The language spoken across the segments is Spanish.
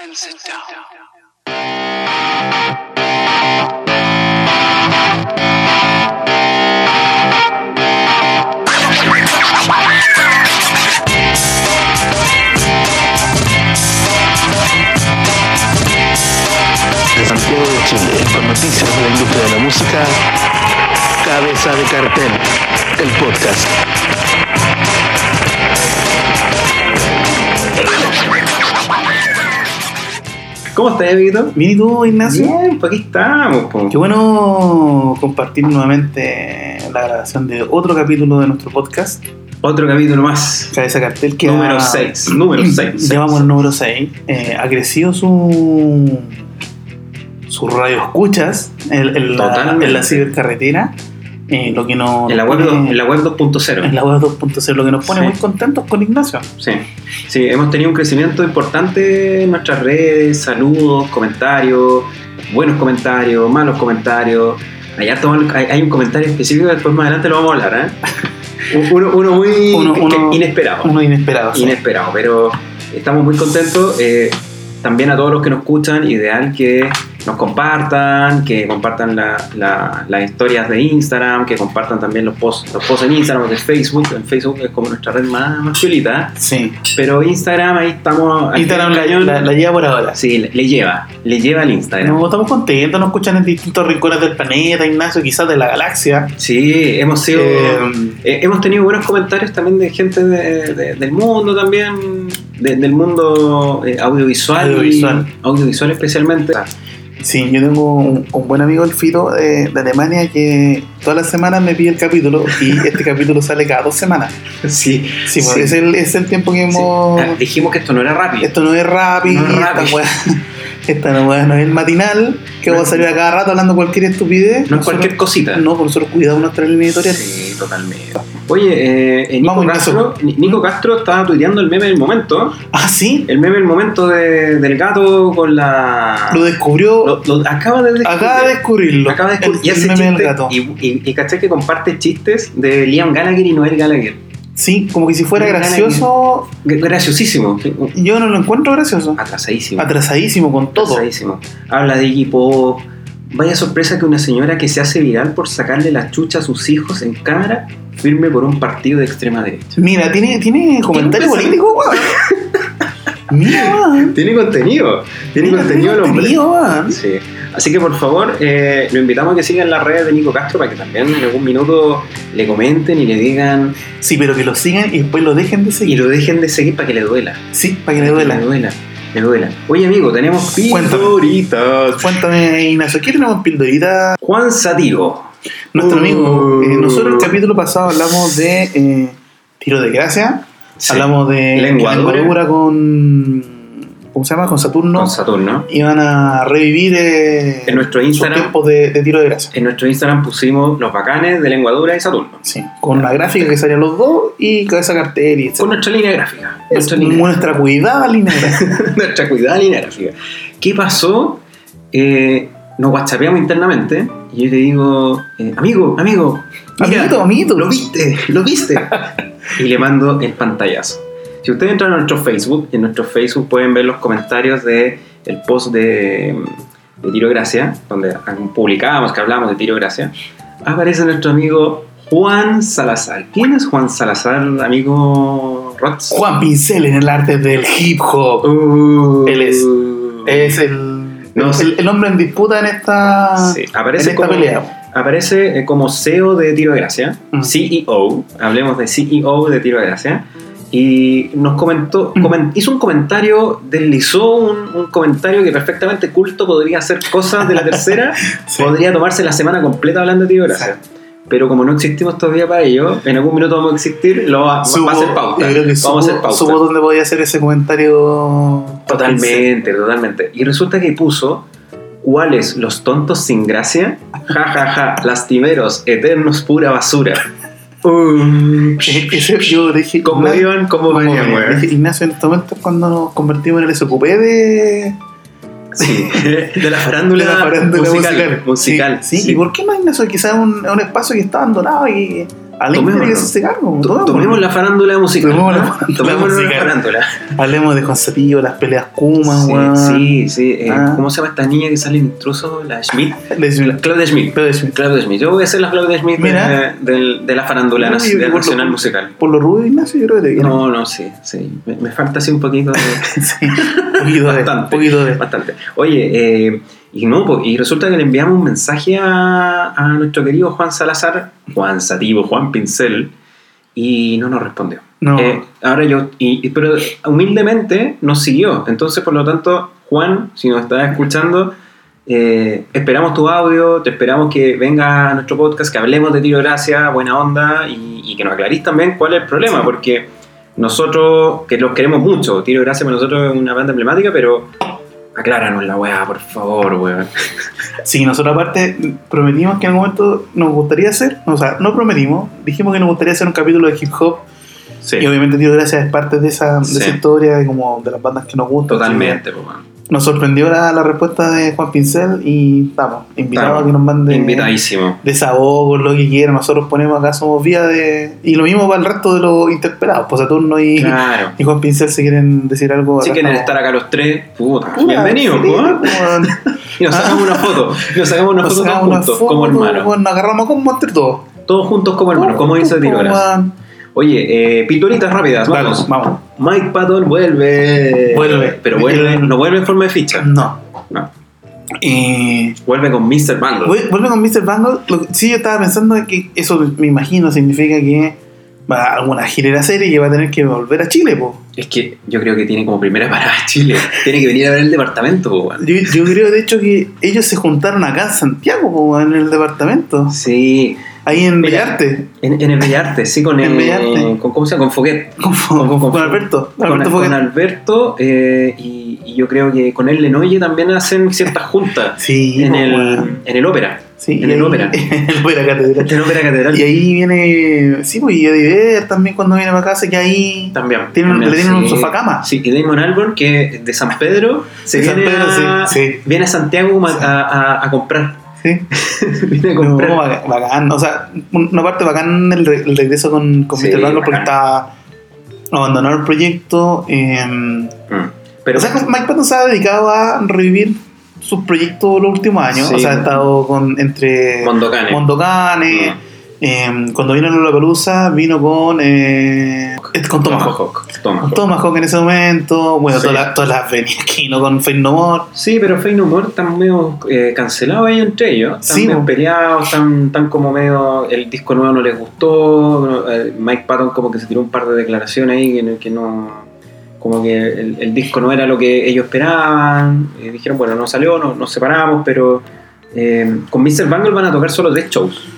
and sit down. de Santiago de Chile, con noticias de la industria de la música, Cabeza de Cartel, el podcast. ¿Cómo estás, Evito? Bien, ¿y tú, Ignacio? Bien, pues aquí estamos. po. Qué bueno compartir nuevamente la grabación de otro capítulo de nuestro podcast, Otro capítulo más. Cabeza Cartel, que Número ha- 6. Número 6. Llevamos el número 6. ha crecido su, su radio escuchas en, en la, Totalmente. en la cibercarretera, eh, lo que nos El acuerdo pone- el acuerdo 2.0. en la web 2.0, lo que nos pone Sí. muy contentos con Ignacio. Sí. sí, hemos tenido un crecimiento importante en nuestras redes, saludos, comentarios, buenos comentarios, malos comentarios. Allá toman- hay, hay un comentario específico que después más adelante lo vamos a hablar, ¿eh? Uno, uno muy Uno- que- uno- inesperado. Uno inesperado. sí. inesperado, pero estamos muy contentos. eh, también a todos los que nos escuchan, ideal que nos compartan, que compartan la- la- las historias de Instagram, que compartan también los posts, los posts en Instagram, en Facebook. En Facebook es como nuestra red más, más chulita, Sí. pero Instagram ahí estamos. al Instagram pie la, del cañón. la- la lleva por ahora. Sí, le, le lleva, le lleva el Instagram. No, estamos contentos, nos escuchan en distintos rincones del planeta, Ignacio, quizás de la galaxia. Sí, hemos sido. Eh, Eh, hemos tenido buenos comentarios también de gente de- de- del mundo también, de- del mundo eh, audiovisual, y- Audiovisual. audiovisual Ah, especialmente. sí, yo tengo un, un buen amigo, el Fito, de, de Alemania, que todas las semanas me pide el capítulo y este capítulo sale cada dos semanas. Sí, Sí. Sí, pues, Es, el, es el tiempo que hemos... Ah, dijimos que esto no era rápido. Esto no es rápido, No es Rappi. esta weá- esta weá no es el matinal, que vamos a salir a cada rato hablando cualquier estupidez. no es cualquier cosita. Nosotros- No, por nosotros cuidamos nuestra línea editorial. Sí, totalmente. Oye, eh, eh, Nico, Vamos, Castro, Ni- Nico Castro estaba tuiteando el meme del momento. Ah, sí, El meme del momento de- del gato con la. lo descubrió... Lo- lo- acaba de descubrir. acaba de descubrirlo. Acaba de descubrir. el- Y el hace meme del chistes- gato. Y, y- y caché que comparte chistes de Liam Gallagher y Noel Gallagher. Sí, como que si fuera Meme del gracioso, Gra- Graciosísimo. uh, yo no lo encuentro gracioso. Atrasadísimo. Atrasadísimo con todo. Atrasadísimo. Habla de Iggy Pop. Vaya sorpresa que una señora que se hace viral por sacarle la chucha a sus hijos en cámara firme por un partido de extrema derecha. Mira, tiene, tiene comentario pensar- político, weón. Mira, weón. Tiene contenido. Tiene Mira, contenido el hombre. contenido, weón. Sí. Así que por favor, eh, lo invitamos a que sigan las redes de Nico Castro para que también en algún minuto le comenten y le digan Sí, pero que lo sigan y después lo dejen de y seguir. lo dejen de seguir para que le duela. Sí, para que le Le duela. duela. Le duela. Oye amigo, tenemos Cuéntame. pildoritas. Cuéntame, Ignacio, ¿qué tenemos en pildorita? Juan Satiro. Nuestro Uh. amigo. eh, nosotros el capítulo pasado hablamos de eh, tiro de gracia. Sí. Hablamos de Lengua dura. dura con. ¿Cómo se llama? Con Saturno. Con Saturno. Iban a revivir eh, En nuestro sus Instagram. tiempos de, de tiro de gracia. En nuestro Instagram pusimos los bacanes de lengua dura y Saturno. Sí, con la gráfica que salían los dos y cabeza cartel y Con etc. nuestra línea gráfica. Es Nuestra, línea, nuestra cuidada línea gráfica. nuestra cuidada línea gráfica. ¿Qué pasó? Eh, nos whatsappeamos internamente y yo le digo, eh, amigo, amigo, mira, amiguito, amiguito. lo viste, lo viste. y le mando el pantallazo. Si ustedes entran a nuestro Facebook, en nuestro Facebook pueden ver los comentarios de el post de, de Tiro de Gracia, donde publicábamos que hablábamos de Tiro de Gracia, aparece nuestro amigo Juan Salazar. ¿Quién es Juan Salazar, amigo Rots? Juan Pincel en el arte del hip hop. Uh, Él es. Es el, No, el, sí. el hombre en disputa en esta, Sí, en aparece esta como, pelea. aparece eh, como CEO de Tiro de Gracia, Mm. CEO, hablemos de CEO de Tiro de Gracia, y nos comentó, Mm. comen- hizo un comentario, deslizó un, un comentario que perfectamente culto podría hacer cosas de la tercera, Sí. podría tomarse la semana completa hablando de Tiro de Gracia. Pero como no existimos todavía para ello, en algún minuto vamos a existir, lo va, va Supo- a hacer pauta. yo creo que vamos a hacer supo- pauta. supo dónde podía hacer ese comentario. Totalmente, totalmente. Y resulta que puso cuáles los tontos sin gracia, ja ja ja, lastimeros, eternos, pura basura. Um, Pincel. Ese- yo dije, como Ignacio- iban, como como venían, venían. weón. Dije, Ignacio, en este momento es cuando nos convertimos en el SQP de, Sí, de la farándula, de la farándula musical. musical, Sí, sí. sí. ¿Y por qué no hay eso? Quizás un, un espacio que está abandonado y Alguien Tomémoslo. tiene que sosegar, po, To- tomémoslo. Tomemos la farándula musical. Tomemos la ¿no? farándula Tomemos la musical. farándula. Hablemos de Juan Cepillo, las peleas Kuma, Sí, weón. sí, sí. eh, Ah. ¿Cómo se llama esta niña que sale en intruso? La Schmidt. Le decimos, La Claudia Schmidt. pero decimos, Claudia Schmidt. Yo voy a ser la Claudia Schmidt de, Mira. del- de la farándula No, nac- yo- del yo- nacional musical. Por lo rubio, Ignacio, yo creo que te viene. No, no, sí, sí. Me, me falta así un poquito de- Sí, un poquito de. Un Bastante. poquito de. bastante. Oye, eh, y no, po, y resulta que le enviamos un mensaje a, a nuestro querido Juan Salazar, Juan Sativo, Juan Pincel, y no nos respondió. No. Eh, ahora yo, y, y- pero humildemente nos siguió. Entonces, por lo tanto, Juan, si nos estás escuchando, eh, esperamos tu audio, te esperamos que venga a nuestro podcast, que hablemos de tiro de gracia, buena onda, y, y que nos aclarís también cuál es el problema, Sí. porque nosotros, que los queremos mucho, tiro de gracia para nosotros es una banda emblemática, pero acláranos la weá, por favor, weón. Sí, nosotros aparte prometimos que en algún momento nos gustaría hacer, o sea, no prometimos, dijimos que nos gustaría hacer un capítulo de hip hop Sí, y obviamente Tío Gracias es parte de esa, de Sí. esa historia y como de las bandas que nos gustan. totalmente, po, weón. así que Nos sorprendió la, la respuesta de Juan Pincel y estamos invitados Estamos a que nos manden Invitadísimo. desahogos, lo que quieran, nosotros ponemos acá, somos vía de... Y lo mismo para el resto de los interpelados, pues Saturno y, Claro. y Juan Pincel si quieren decir algo... Si acá quieren estamos. estar acá los tres, puta, Puta, bienvenidos, sí, po, ¿eh? weón. weón. Y nos sacamos una foto. Y nos sacamos una Nos foto todos sacamos una juntos, foto, como hermanos. weón, Nos agarramos como entre todos. Todos juntos como hermanos, como dice Tiro Gracia. Oye, eh, pinturitas rápidas, Vamos, vamos. vamos. Mike Patton vuelve. Vuelve. Pero vuelve, El- no vuelve en forma de ficha. No. No. Eh, Vuelve con Mr. Bangle. vu- vuelve con Mr. Bangle. Lo- Sí, yo estaba pensando que eso me imagino significa que va a alguna girera serie que va a tener que volver a Chile, po. Es que yo creo que tiene como primera parada Chile. Tiene que venir a ver el departamento, po, weón. Yo, yo creo de hecho que ellos se juntaron acá en Santiago, po, en el departamento. Sí, Ahí en Mira. Bellarte. en, en el Bellarte, sí, con En el. Bellarte. Con, ¿Cómo se llama? Con Foguet. Con, con- Con- con Alberto. Con, Alberto Foguet. con Alberto, eh, y, y yo creo que con él Lenoye también hacen ciertas juntas Sí, en, po, el, weón. en el ópera. Sí, en y el ahí- ópera. En el ópera catedral. En la ópera catedral. Y ahí viene. Sí, pues, y Eddie Vedder también cuando viene para acá, sé que ahí. También. Tiene un- También, le tienen un sí. sofá cama. Sí, y Damon Albarn, que de San Pedro, se De San viene, Pedro, a, sí, sí. viene a Santiago como a, Sí. a- a- a comprar. Sí. viene a No, comprar. bac- bacán, o sea, un- una parte bacán el, re- el regreso con, con Sí, Mr. Bangle porque bacán. está abandonado el proyecto. eh, Mm. Pero o sea, Mike Patton se ha dedicado a revivir sus proyectos los últimos años. Sí. O sea, ha estado con, entre Mondocane. Ah. Mondocane. eh, cuando vino Lola Palusa, vino con, eh, con Tomahawk. Tomahawk. Tomahawk. Con Tomahawk en ese momento. Bueno, Sí. todas las todas las venidas que vino con Fade No More. Sí, pero Fey No More están medio eh, cancelados ahí entre ellos. Están Sí, medio po. peleados, están, están como medio. El disco nuevo no les gustó. eh, Mike Patton como que se tiró un par de declaraciones ahí que, no- que no. Como que el, el disco no era lo que ellos esperaban. eh, dijeron, bueno, no salió, no, nos separamos, pero. eh, con Mr. Bangle van a tocar solo tres shows.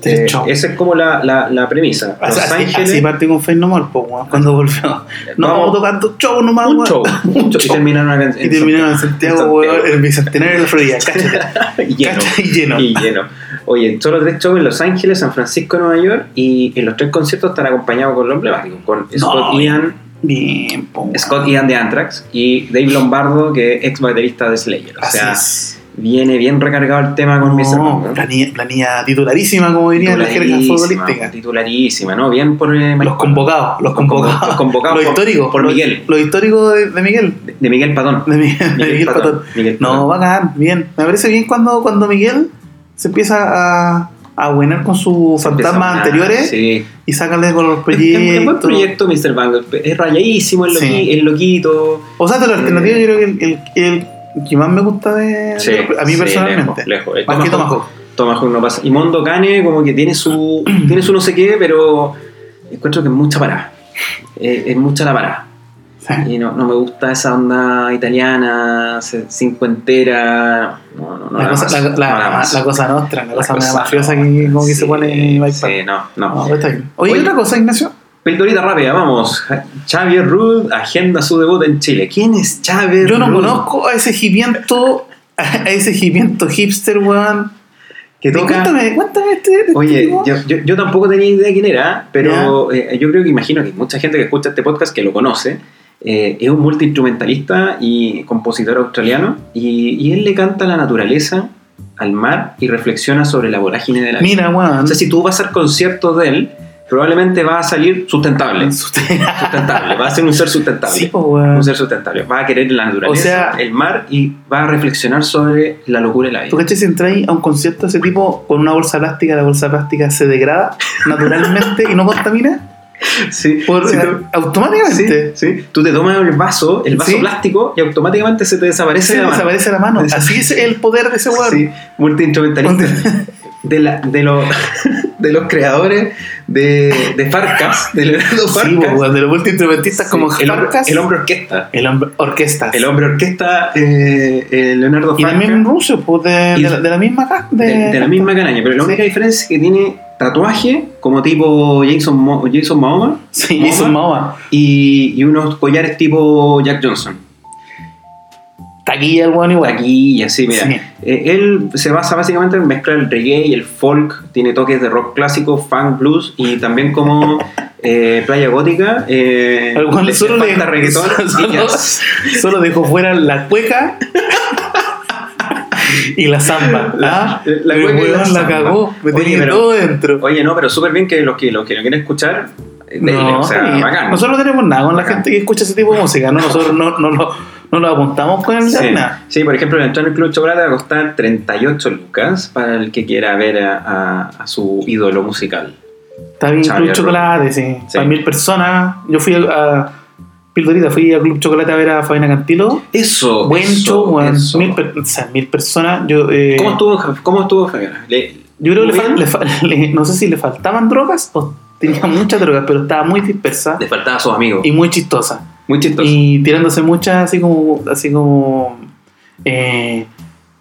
Tres Eh, shows. Esa es como la, la, la premisa. Los Así, así, Ángeles, así partió con Fade No More, po, weón, cuando volvió. No, vamos vamos, tocando show nomás, un weón. show. un show. Y show. terminaron acá en- Y en terminaron en en Santiago, Santiago. weón, el bicentenario de la Florida, cáchate. Santiago. Y lleno. cáchate y lleno. Y lleno. Oye, solo tres shows en Los Ángeles, San Francisco, Nueva York y en los tres conciertos están acompañados con los emblemáticos, con Scott No. Ian, Bien, po. weón. Scott Ian de Anthrax y Dave Lombardo, que es ex baterista de Slayer. O Así sea, es. viene bien recargado el tema con Mr. No, Bungle. planilla, planilla titularísima, como dirían la jerga Titularísima, futbolística. titularísima, ¿no? Bien por eh, Los convocados, los convocados. Los convocados Los por- históricos. por los- Miguel. Los históricos de, de Miguel. de Miguel Patón. De Miguel, de Miguel Patón. Miguel No, Patón. bacán, bien. Me parece bien cuando, cuando Miguel se empieza a, a buenar con sus Empieza fantasmas a- anteriores Sí. y sácale con los Es, proyectos. es buen proyecto, Mr. Bungle. Es rayadísimo, es, Sí. loqui- es loquito. O sea, de los alternativos, yo creo que el, el, el que más me gusta de, Sí, de- a mí sí, personalmente. lejos, Eh, lejos. Más que Tomahawk- Tomahawk. Tomahawk no pasa. Y Mondo Cane como que tiene su, tiene su no sé qué, pero encuentro que es mucha parada. Eh, es mucha la parada. Sí. Y no, no me gusta esa onda italiana, se- cincuentera. No, no, no. La cosa, la, paso, la- no paso. la cosa nostra, la, La cosa, cosa- mafiosa que como que Sí, se pone Mike Sí, no, no. No, pero está bien. Oye, Oye. otra cosa, Ignacio. Pildorita rápida, vamos. Xavier Rudd agenda su debut en Chile. ¿Quién es Xavier Yo no Rudd? conozco a ese hipiento, a ese hipiento hipster, weón. Que Y toca- Cuéntame, cuéntame este. este Oye, tipo. yo, yo, yo tampoco tenía idea de quién era, pero eh, yo creo que imagino que mucha gente que escucha este podcast que lo conoce. eh, es un multiinstrumentalista y compositor australiano y, y él le canta a la naturaleza, al mar y reflexiona sobre la vorágine de la vida. Mira, weón. O sea, si tú vas a hacer conciertos de él, probablemente va a salir sustentable. sustentable. Va a ser un ser sustentable. Sí, pues, weón. Un ser sustentable. Va a querer la naturaleza, sea- el mar y va a reflexionar sobre la locura de la ¿Tú vida. cachas si entráis a un concierto de ese tipo con una bolsa plástica, la bolsa plástica se degrada naturalmente y no contamina? Sí, Por, sí, eh, tú- sí, automáticamente. sí. Tú te tomas el vaso, el vaso Sí. plástico y automáticamente se te desaparece Sí, de la mano. desaparece la mano. Desaparece. Así es el poder de ese weón. Sí, multiinstrumentalista. De, la, de, los de los creadores de, de Farcas, de Leonardo Farcas. Sí, weón, de los multiinstrumentistas como Sí, el, hombre, Farkas, el hombre orquesta. el hombre orquesta. El hombre orquesta, eh, eh, Leonardo y Farcas. también ruso, pues de, Y- de la, de la misma ca- de, de, de la misma canaña, pero la Sí. única diferencia es que tiene tatuaje como tipo Jason, Mo- Jason Mahoma Sí, Jason Momoa. y, y unos collares tipo Jack Johnson. Taquilla el weón igual. Aquí y así, mira. Sí. Eh, él se basa básicamente en mezclar el reggae y el folk, tiene toques de rock clásico, funk, blues y también como eh, playa gótica. Eh, Al weón le- solo le le- falta reggaetón y solo, jazz. solo dejó fuera la cueca y la zamba. La- ¿ah? la El cueca y la weón la zamba. cagó, me Oye, tenía pero- todo dentro. Oye, no, pero súper bien que los que, los que lo quieren escuchar, eh, denle, No, o sea, y bacán. Nosotros no tenemos nada con la Bacán. gente que escucha ese tipo de música, ¿no? Nosotros no, no, lo, no lo apuntamos con el Sí. nada. Sí, por ejemplo, entrar en el Club Chocolate va a costar 38 lucas para el que quiera ver a, a- a su ídolo musical. Está bien, Charlie Club Rock. Chocolate, sí. Sí. Para mil personas. Yo fui a, a Pildorita, fui a Club Chocolate a ver a Fabiana Cantilo. Eso, Buen Oh, eso, show, weón. eso. Mil, per- o sea, mil personas. Yo, eh, ¿Cómo estuvo, cómo estuvo Fabiana? Le- Yo creo que le Muy fal- bien. le fal- le- no sé si le faltaban drogas o tenía muchas drogas, pero estaba muy dispersa le faltaba a sus amigos. y muy chistosa. Muy chistoso. Y tirándose muchas así como así como eh,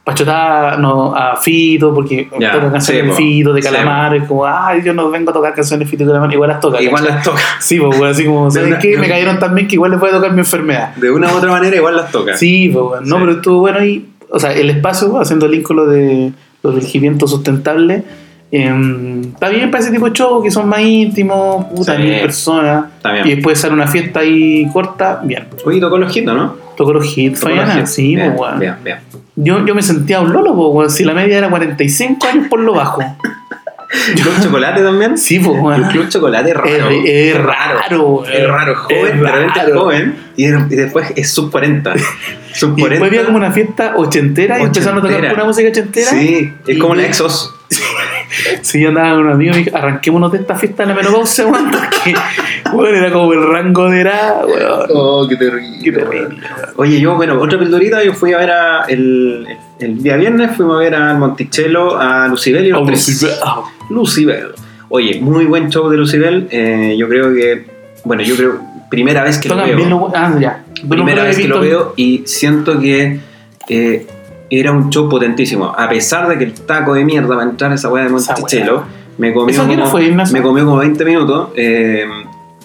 pachotada no, a Fito, porque Ya, toca canciones sí, de po. Fito, de Sí, Calamar, es como, ay, yo no vengo a tocar canciones de Fito y Calamar, igual las toca. igual ¿cachai? las toca. Sí, pues, así como, De ¿sabes una- qué? de Me una- cayeron también que igual les voy a tocar mi enfermedad. De una u otra manera, igual las toca. Sí, pues, weón. no, Sí. pero estuvo bueno y, o sea, el espacio, haciendo link con lo, de, lo del hipimiento sustentable, em, está bien para ese tipo de shows que son más íntimos, puta, Sí. mil personas, Está y bien. después sale una fiesta ahí corta, bien. Oye, tocó los hits, ¿no? Tocó los hits, Tocó los Fabiana, hits. sí, Bien, pues, weón. bien, bien. Yo, yo me sentía un lolo, pues, weón, si la media era 45 años por lo bajo. Club Chocolate también. Sí, pues, weón. El Club Chocolate es raro. Es- es raro, weón. Es raro, es joven, Es de repente es raro. joven y, de- y después es sub 40. Sub Y 40. después había como una fiesta ochentera, y empezaron a tocar Ochentera. pura música ochentera. Sí, es Y- como la Exos. Sí, yo andaba con un amigo y me dijo, arranquémonos de esta fiesta de la menopausia, weón, porque, weón, era como el rango de edad, weón. Oh, qué terrible. Qué terrible. Oye, yo, bueno, otra pildorita, yo fui a ver a el, el día viernes, fuimos a ver a Monticello, a Lucibel y los Oh, tres. sí, ah, Lucibel. Oye, muy buen show de Lucibel. eh, yo creo que, bueno, yo creo, primera vez que lo Tocan veo. bien los we- Ah, ya. Pero nunca primera lo vez que había lo visto. veo y siento que eh, era un show potentísimo. A pesar de que el taco de mierda para entrar a esa weá de Esa Monticello me comió, ¿Eso a qué hora como, fue, Ignacio? me comió como 20 minutos. eh,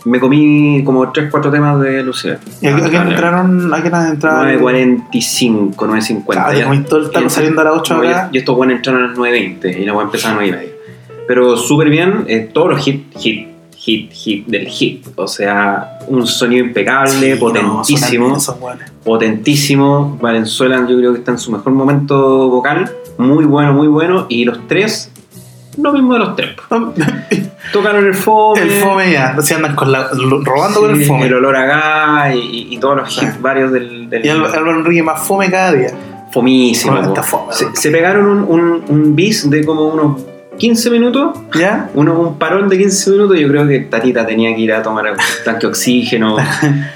me comí como 3-4 temas de Lucibel. ¿Y a, a quién Ah, Vale. entraron? ¿A quién entraron? 9.45, 9.50. Claro, ya. como todo el taco Y- saliendo a las 8 no, acá. Y, y estos buenos entraron a las 9.20 y la voy a empezar a 9.30. Pero súper bien, eh, todos los hit, hit, hit, hit del hit. O sea, un sonido impecable, Sí, potentísimo no, son buenos, potentísimo. Valenzuela yo creo que está en su mejor momento vocal. Muy bueno, muy bueno. Y los tres, lo mismo de los tres. son buenos. Tocaron el fome. El fome ya, o sea, andan con la, lo- robando con sí, el fome. el olor a gas y, y todos los hits varios del, del Y Álvaro Álvaro Enrique más fome cada día. fomísimo. Bueno, está po. fome, se, ¿no? se pegaron un, un, un bis de como unos 15 minutos. ¿Ya? Uno, un parón de 15 minutos. Yo creo que Tatita tenía que ir a tomar tanque de oxígeno.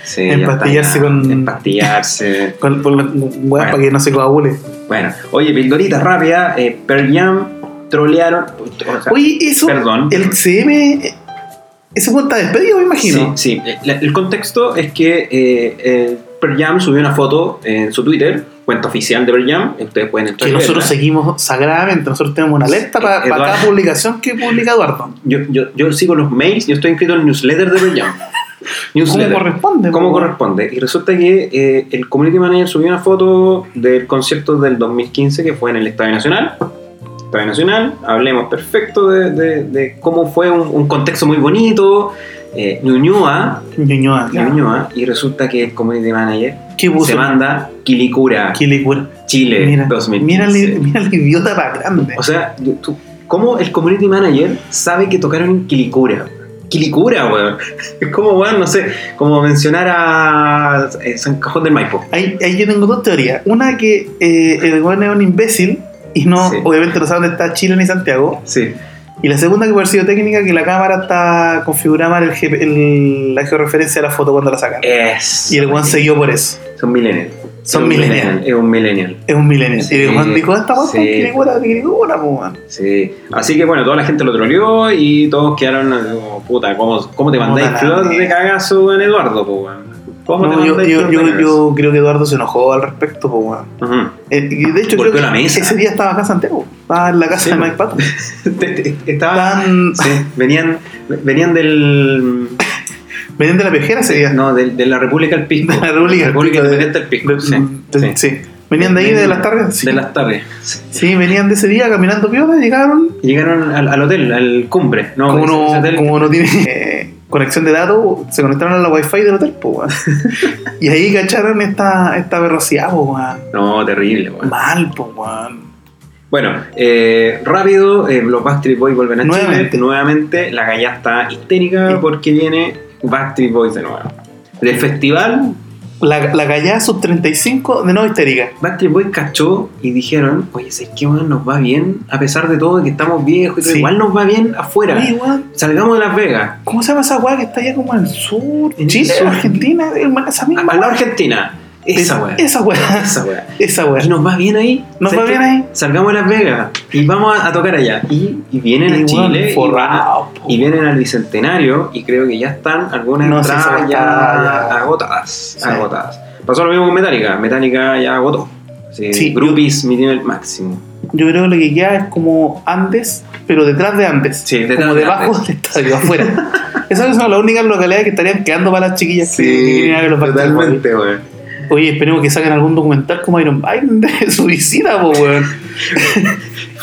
Sí, ya está, Empastillarse ya. con- Empastillarse. Con, con la- weón, para que no se coagule. Bueno, oye, pildorita rápida, eh, Pearl Jam trolearon. o sea, Oye, eso. perdón. El CM. eh, Ese weón está despedido, me sí, imagino. sí. Eh, la- El contexto es que eh, eh, Pearl Jam subió una foto en su Twitter, cuenta oficial de Pearl Jam, y ustedes pueden entrar Que y verla. nosotros seguimos sagradamente, nosotros tenemos una alerta para Eduardo. cada publicación que publica Eduardo. yo, yo, yo sigo los mails, yo estoy inscrito en el newsletter de Pearl Jam. ¿Cómo Newsletter. corresponde? ¿Cómo po? corresponde? Y resulta que eh, el community manager subió una foto del concierto del 2015 que fue en el Estadio Nacional. Estadio Nacional, hablemos perfecto de, de- de cómo fue un, un contexto muy bonito. Eh, Ñuñoa, Ñuñoa, claro. Ñuñoa, y resulta que el community manager ¿Qué puso? se manda Quilicura, Qué licor. Chile Mira, 2015. mira, el- mira el idiota para grande. O sea, tú- ¿cómo el community manager sabe que tocaron en Quilicura? quilicura, weón. Es como, weón, no sé, como mencionar a eh, San Cajón del Maipo. Ahí, ahí yo tengo dos teorías. Una que eh, el weón es un imbécil y no, Sí. obviamente no sabe dónde está Chile ni Santiago. Sí, Y la segunda que puede haber sido técnica, que la cámara está configurada mal el G- el- la georreferencia de la foto cuando la sacan. es. Y el weón se guió por eso. Son millennials. Son Es un millennial. Es un millennial. Es un milenio. Sí. y el weón dijo, esta weón Sí. con quilicura, quilicura, po, weón. Sí. Así que bueno, toda la gente lo troleó y todos quedaron eh, como, puta, ¿cómo, cómo te Puta mandáis la flor de mierda. cagazo en Eduardo, po, weón? ¿Cómo te No, yo, mandáis yo, flor yo, de cagazo? yo creo que Eduardo se enojó al respecto, po, weón. Ujú. Eh, y de hecho, Golpeó creo que la mesa. ese día estaba acá en Santiago. Estaba en la casa Sí, de po. Ah. Mike Patton. Te- te- Estaban. Estaban, Sí, venían, venían del. venían de la pejera ese día. No, del- de, la República del Pisco. De la República, de- Independiente del Pisco. de- sí, de- sí. sí. Venían de ahí, de las tardes. Sí. De las tardes. sí. Sí, venían de ese día caminando piola, llegaron. Y Llegaron al, al hotel, al cumbre. No, como, ese- no, ese hotel- como no tiene eh, conexión de datos, se conectaron a la wifi del hotel, po, weón. Y ahí cacharon esta, esta berrosidad, po, weón. No, terrible, weón. Mal, po, weón. Bueno, eh, rápido, eh, los Backstreet Boys vuelven a Nuevamente. Chile. Nuevamente, la galla está histérica Sí. porque viene Backstreet Boys de nuevo. Del festival, La, la gallá sub 35 de no histérica. Backstreet Boys cachó y dijeron, oye, ¿sabes qué, weón? Nos va bien, a pesar de todo, de que estamos viejos, y todo, Sí. igual nos va bien afuera. Oye, weón, Salgamos de Las Vegas, ¿Cómo se llama esa weá que está allá como al sur? En Chile, Chile. Argentina, hermano, esa a, misma a la weá. Argentina. Esa weá. Esa weá. Esa weá. Esa weá. Y nos va bien ahí. Nos ¿sabes va qué? bien ahí. Salgamos de Las Vegas y vamos a, a tocar allá. Y, y vienen Y, a weón, Chile y van a- forrado, po. y vienen al bicentenario y creo que ya están algunas No, sí, entradas se ya agota- ya. agotadas, agotadas. Pasó lo mismo con Metallica, Metallica ya agotó. Sí, Sí, groupies, mi nivel máximo. Yo creo que lo que queda es como Andes, pero detrás de Andes. Sí, detrás como de debajo Andes. del estadio, afuera. Esas son las únicas localidades que estarían quedando para las chiquillas que- que quieren ir a ver los partidos. totalmente, güey. Oye, esperemos que saquen algún documental como Iron Biden de su visita, po, weón.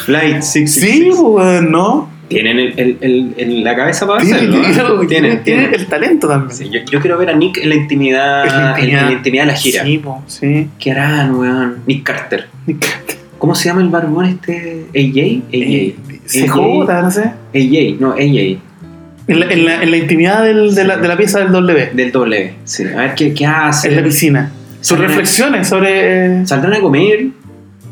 Flight 666. Sí, po, weón, ¿no? Tienen el, el- el- el- la cabeza para Tiene, hacerlo. ¿eh? tiene- tiene- Tienen, tiene tienen. el talento también. Sí, yo, yo quiero ver a Nick en la intimidad, En la en- en intimidad. la intimidad de la gira. Sí, po, sí. ¿Qué harán, weón? Nick Carter. ¿Cómo se llama el barbón este? AJ? AJ. CJ, no sé. AJ, no, AJ. En la, en la- en la intimidad del- de, la, de la pieza del W, Del W. Sí. A ver qué, qué hace. en la piscina. Sus Saldrán a- reflexiones sobre. eh, Saldrán a comer.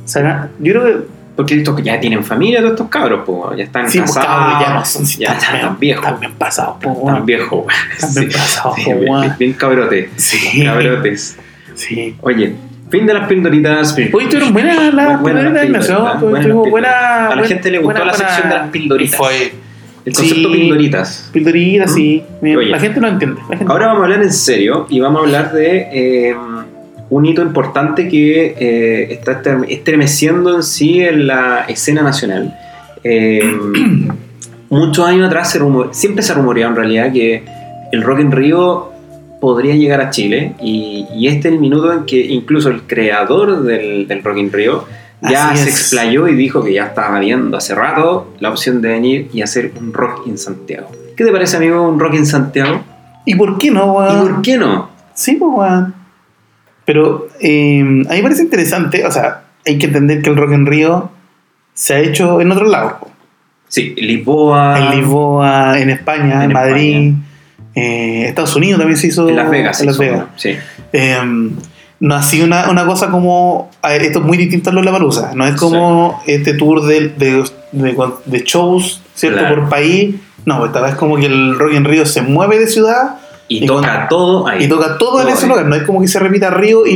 Sarah- yo creo que Porque estos ya tienen familia, todos estos cabros, po, ya están Sí, pues, casados. cabros, ya no son si ya están están tan bien- viejos. están bien pasados, po, Tan weón. viejos, weón. Están bien pasados, sí, po, bien, weón. bien- bien cabrote. Sí. Cabrotes. Sí. Oye, fin de las pildoritas. Hoy tuvieron buena la Bu- buena primera las animación, pildoritas, tuvimos buenas las pues, buena, pildoritas. A la buen- gente le gustó la sección de las pildoritas. Fue El concepto sí. pildoritas. pildoritas, ¿Mm? sí. Bien, Oye. La gente no entiende. La gente Ahora vamos a hablar en serio y vamos a hablar de eh, un hito importante que eh, está estre- estremeciendo en sí en la escena nacional. Eh, muchos años atrás se rumo- siempre se rumoreaba en realidad que el Rock en Río podría llegar a Chile y, y este es el minuto en que incluso el creador del, del Rock in Rio ya Así se es. explayó y dijo que ya estaba viendo hace rato la opción de venir y hacer un rock en Santiago. ¿Qué te parece, amigo, un rock en Santiago? ¿Y por qué no, ¿Y weón? por qué no? Sí, pues, weón. Pero eh, a mí me parece interesante, o sea, hay que entender que el Rock en Río se ha hecho en otros lados. po. Sí, Lisboa, En Lisboa, en España, en Ah. En Madrid, eh, Estados Unidos también se hizo. en Las Vegas. en Las hizo, Vegas. Sí. Eh, no ha sido una, una cosa como. a ver, Esto es muy distinto a lo de la palusa. No es como este tour de, de, de- de shows, ¿cierto? Claro. Por país. No, esta vez como que el Rock en Río se mueve de ciudad Y, Y toca con- todo ahí. y toca todo en Todo ese ahí. lugar. No es como que se repita Río y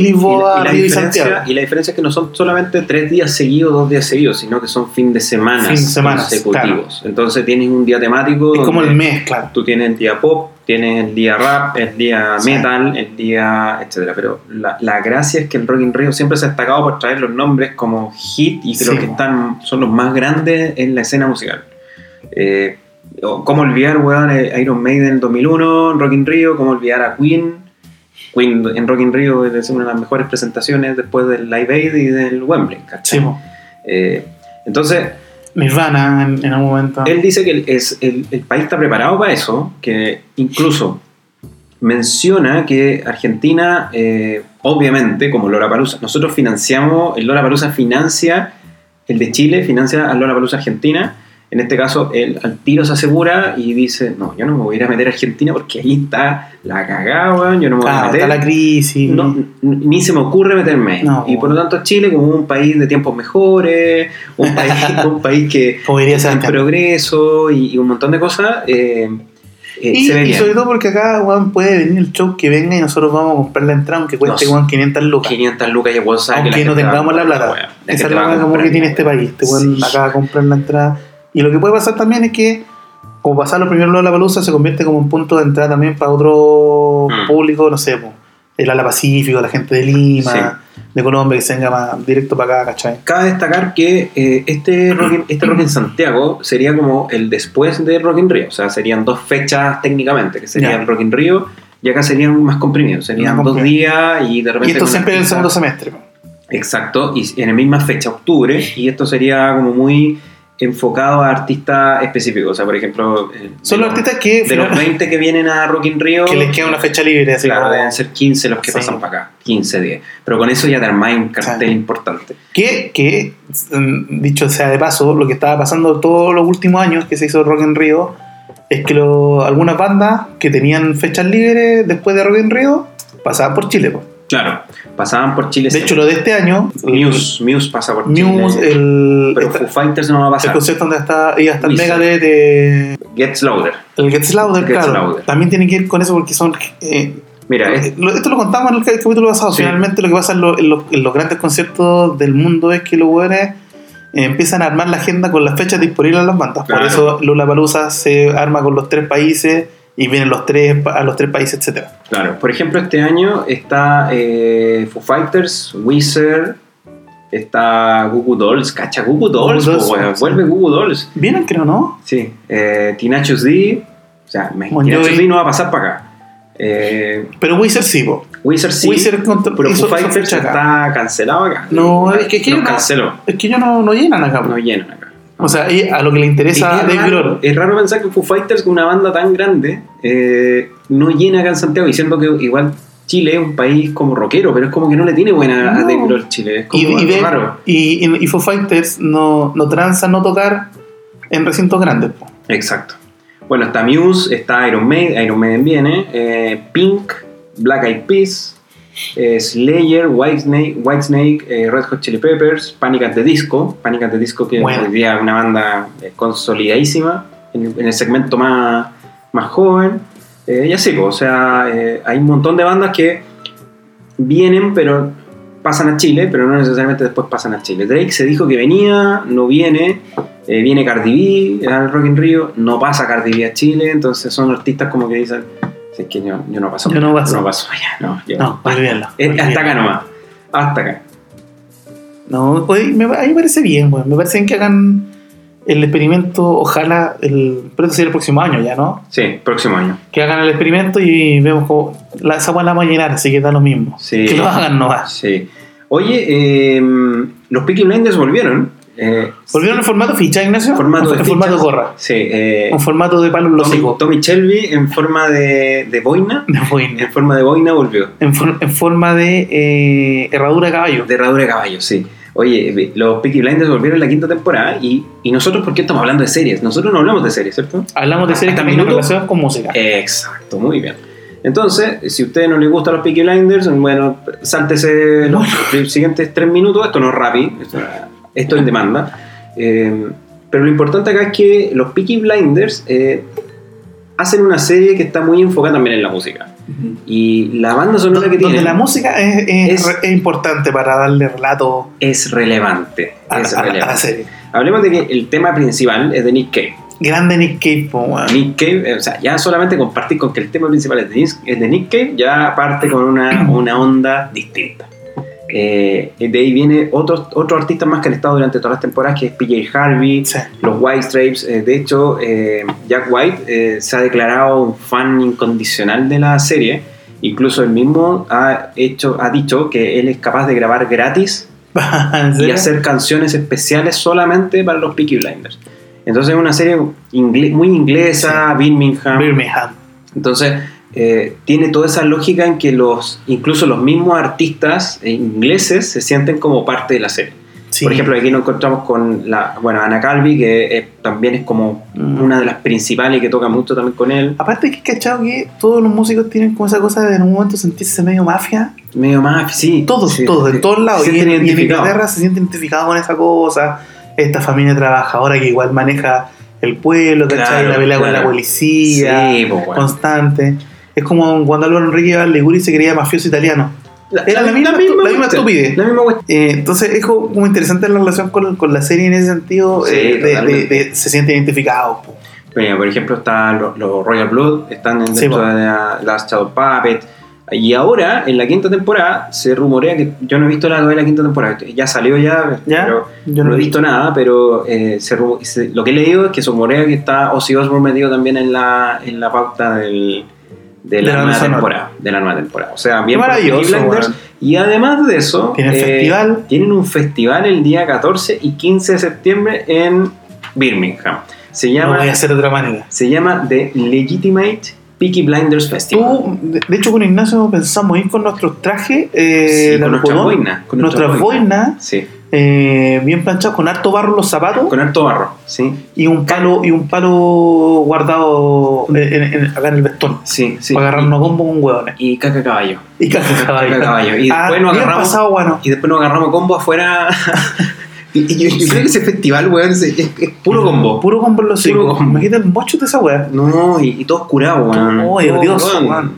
y Lisboa, la, y la Río y diferencia- Santiago. y la diferencia es que no son solamente tres días seguidos, dos días seguidos, sino que son fin de semana Fin de semanas, consecutivos. Entonces tienes un día temático. Es como donde el mes, claro. Tú tienes el día pop, tienes el día rap, el día Sí. metal, el día etcétera. Pero la, la gracia es que el Rock in Rio siempre se ha destacado por traer los nombres como hit y creo Sí, que bueno. están, son los más grandes en la escena musical. Eh, o ¿Cómo olvidar, weón, eh, Iron Maiden en el 2001, en Rock in Rio? ¿Cómo olvidar a Queen? Queen en Rock in Rio es una de las mejores presentaciones después del Live Aid y del Wembley, ¿cachai? Sí, po. Eh, entonces, Nirvana en, en algún momento. él dice que el, es, el, el país está preparado para eso, que incluso menciona que Argentina, eh, obviamente, como Lola Palusa, nosotros financiamos, el Lola Palusa financia, el de Chile financia a Lola Palusa Argentina, En este caso, él al tiro se asegura y dice, no, yo no me voy a ir a meter a Argentina porque ahí está la cagada, weón, yo no me voy Claro, a meter. está la crisis. No, ni se me ocurre meterme. ahí. No. Y por lo tanto Chile como un país de tiempos mejores, un país, un país que como diría está en Sebastián. progreso y, y un montón de cosas, eh, eh, Y, se ve y bien. sobre todo porque acá, weón, puede venir el show que venga y nosotros vamos a comprar la entrada, aunque cueste, No, weón, 500 lucas. 500 lucas y WhatsApp. aunque no tengamos la plata. Esa es la weá como que tiene este país. Este weón acaba de comprar la entrada. Y lo que puede pasar también es que, como pasar los primeros de la palusa, se convierte como un punto de entrada también para otro Mm. público, no sé, po, el ala Pacífico, la gente de Lima, de Colombia, que se venga más directo para acá, ¿cachai? Cabe destacar que eh, este, rock in, este Rock in Santiago sería como el después de Rock in Rio. O sea, serían dos fechas técnicamente, que sería Ya. el Rock in Rio y acá serían más comprimidos. Serían Más dos comprimido. días y de repente... Y esto con siempre en el artistas- segundo semestre. po. Exacto, y en la misma fecha, octubre, y esto sería como muy enfocado a artistas específicos. O sea, por ejemplo, eh, Son de los artistas que, de los 20 que vienen a Rock in Rio, que les queda una fecha libre, así claro, como- deben ser 15 los que Sí. pasan para acá, 15, 10. Pero con eso ya te armáis un cartel Sí. importante. Que, que, mm, dicho sea de paso, lo que estaba pasando todos los últimos años que se hizo Rock en Río es que lo- algunas bandas que tenían fechas libres después de Rock en Río pasaban por Chile. po. Claro, pasaban por Chile. De hecho, lo de este año, Muse, Muse pasa por Muse, Chile. el, pero esta- Foo Fighters no va a el pasar. concierto donde está, iba a estar Wizard. Megadeth, eh, Get Louder. el Gets Louder, Gets claro, Louder. también tiene que ir con eso porque son. eh, Mira, este es- lo- esto lo contamos en el ca- capítulo pasado. Sí. Finalmente, lo que pasa en, lo- en los, en los grandes conciertos del mundo es que los weones eh, empiezan a armar la agenda con las fechas disponibles a las bandas. Claro. Por eso Lula Palusa se arma con los tres países y vienen los tres pa- a los tres países, etcétera. Claro, por ejemplo, este año está eh, Foo Fighters, Wizard, está Google Dolls, cacha Google Dolls, Goo Goo po, Dolls, weón, sí. vuelve Google Dolls. Vienen, creo, ¿no? Sí, eh, Tinachos D, o sea, me- Bon Tinachos Jovi. D no va a pasar para acá. Eh, Pero Wizard sí, po. Wizard sí, Wizard contra- pero hizo- Foo hizo Fighters fecha está cancelado acá. No, es que- que Los no- canceló, Es que ellos no, no llenan acá. po. no llenan acá. O sea, y a lo que le interesa a es, Dave raro, Grohl. es raro pensar que Foo Fighters, una banda tan grande, eh, no llena acá en Santiago, diciendo que igual Chile es un país como rockero, pero es como que no le tiene buena a No. Dave Grohl Chile. Es como Y, y, algo de- raro. y, y- y Foo Fighters no, no transan no tocar en recintos grandes. po. Exacto. Bueno, está Muse, está Iron Maiden, Iron Maiden viene, eh, Pink, Black Eyed Peas, eh, Slayer, Whitesnake, Whitesnake eh, Red Hot Chili Peppers, Panic at the Disco, Panic at the Disco que Bueno. hoy día es una banda eh, consolidadísima en, en el segmento más, más joven. Eh, y así, pues, o sea, eh, hay un montón de bandas que vienen, pero pasan a Chile, pero no necesariamente después pasan a Chile. Drake se dijo que venía, no viene, eh, viene Cardi B al Rock in Rio, no pasa Cardi B a Chile, entonces son artistas como que dicen, "Si es que yo, yo no paso, Yo no paso". no paso allá, no, yo- No, olvídenlo. Eh, hasta olvídenlo. acá nomás, hasta acá. No, oye, me, a mí me parece bien, weón. Me parece bien que hagan el experimento, ojalá, el, pero eso sería el próximo año ya, ¿no? Sí, próximo año. Que hagan el experimento y vemos cómo. La, esa weá la vamos a llenar, así que da lo mismo. Sí. Que lo hagan nomás. Sí. Oye, eh, los Peaky Blinders volvieron. eh, ¿Volvieron en formato ficha, Ignacio? Formato de en formato fichas. gorra. Sí, eh, En formato de palo en los Tommy, hocicos. Tommy Shelby en forma de, de boina, De boina. en forma de boina volvió. En, for- en forma de eh, herradura de caballo. De herradura de caballo, sí. Oye, ve, los Peaky Blinders volvieron la quinta temporada y, y nosotros, ¿por qué estamos hablando de series? Nosotros no hablamos de series, ¿cierto? Hablamos de series Hasta también minuto. Eh, relacionadas con música. Exacto, muy bien. Entonces, si a ustedes no les gustan los Peaky Blinders, bueno, sáltese los siguientes tres minutos. Esto no es rapi, esto, esto es en demanda. Eh, pero lo importante acá es que los Peaky Blinders eh, hacen una serie que está muy enfocada también en la música. Y la banda sonora que Donde tienen la música es, es- Es- es importante para darle relato es relevante. a, es a- a relevante. la serie. Hablemos de que el tema principal es de Nick Cave. Grande Nick Cave, po, weón. Nick Cave, eh, o sea, ya solamente compartir con que el tema principal es de Nick, es de Nick Cave, ya parte con una, una onda distinta. Eh, y de ahí viene otros otros artistas más que han estado durante todas las temporadas, que es PJ Harvey, Sí. los White Stripes. eh, de hecho, eh, Jack White eh, se ha declarado un fan incondicional de la serie. Incluso él mismo ha, hecho, ha dicho que él es capaz de grabar gratis ¿En y serio? hacer canciones especiales solamente para los Peaky Blinders. Entonces es una serie ingle- muy inglesa, Birmingham. Birmingham. Entonces eh, tiene toda esa lógica en que los incluso los mismos artistas eh, ingleses se sienten como parte de la serie. Sí. Por ejemplo, aquí nos encontramos con la, bueno, Ana Calvi, que eh, también es como Mm. una de las principales y que toca mucho también con él. Aparte que cachado que todos los músicos tienen como esa cosa de en un momento sentirse medio mafia. Medio más, sí. Todos, sí, todos, sí. en todos lados. Se Y en, sienten y en identificados. Inglaterra se siente identificado con esa cosa. Esta familia trabajadora que igual maneja el pueblo, ¿cachai? Claro, la pelea con claro. la policía. Sí, pues, bueno. Constante. Es como cuando Álvaro Enrique Liguri se creía mafioso italiano. era la misma- la misma cuestión, estupidez. La misma cuestión. Eh, entonces es como como interesante la relación con, con la serie en ese sentido. Sí, eh, de- de- totalmente. de- se siente identificado. po. Mira, Eh, por ejemplo, están los, los Royal Blood, están en- Sí, dentro po. de la, las Shadow Puppet. Y ahora, en la quinta temporada, se rumorea que yo no he visto la de la quinta temporada. Ya salió ya, ¿Ya? pero Yo no he lo- visto nada, pero eh, se rumo- se- lo que he leído es que se rumorea que está Ozzy Osbourne metido también en la, en la pauta del, de, la la nueva sonora. temporada, de la nueva temporada. O sea, bien Qué por maravilloso, Peaky Blinders. weón. Y además de eso, eh, Tienen festival. tienen un festival el día 14 y 15 de septiembre en Birmingham. Se No llama, voy a hacer de otra manera. se llama The Legitimate Peaky Blinders Festival. Tú, de, de hecho, con Ignacio pensamos ir con nuestros trajes eh, Sí, de con nuestra algodón, boina. Con nuestra nuestras boina. boinas, Sí, eh, bien planchadas, con harto barro en los zapatos con harto barro, sí. y un palo y un palo guardado eh, en- en- en- acá en el vestón Sí, sí. para agarrarnos a combo con hueones. Y caca caballo. Y caca Caca caballo. Y después nos bien agarramos- pasado, bueno. Y después nos agarramos combo afuera. y, y yo, yo creo que ese festival, weón, es, es- es puro combo. Puro combo en los Puro hocicos. combo. Imagínate el mocho de esa wea. No, y, y todos curados, weón. Oye, Todos, Dios, weón. weón.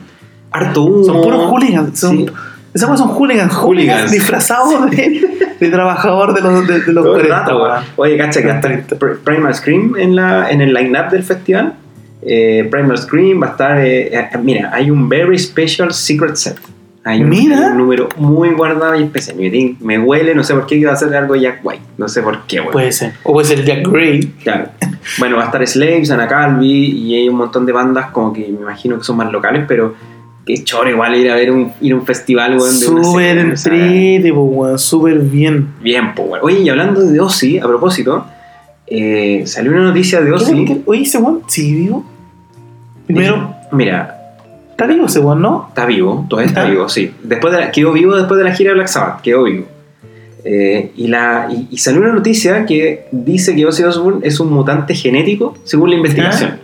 Harto humo. Son puros hooligans. Son, Sí. Esas weas son hooligans. Hooligans. Hooligans disfrazados de, de trabajador de los, de, de los Todo el 40, rato, weón. weón. Oye, cacha, que Los hasta 30. Pr- Primal Scream en, la, en el line-up del festival. Eh, Primal Scream va a estar. eh, eh, mira, hay un very special secret set. Hay un, Mira. un número muy guardado y especial. Me, me huele, no sé por qué, que va a ser algo Jack White. No sé por qué, weón. Puede ser. O puede ser Jack Gray. Claro. Bueno, va a estar Slaves, Ana Calvi y hay un montón de bandas como que me imagino que son más locales, pero qué choro igual ir a ver un, ir a un festival, weón, de una Súper semana, o sea, entrete, po, weón. Súper bien. Bien, pues, weón. Oye, y hablando de Ozzy, a propósito, eh, salió una noticia de ¿Qué- Ozzy. qué- Oye, ese weón, sí vivo. Primero, Mira, está vivo ese weón, ¿no? está vivo, todavía está Ajá. vivo, sí. Después de la- quedó vivo después de la gira de Black Sabbath, quedó vivo. Eh, y, la, y, y salió una noticia que dice que Ozzy Osbourne es un mutante genético, según la investigación.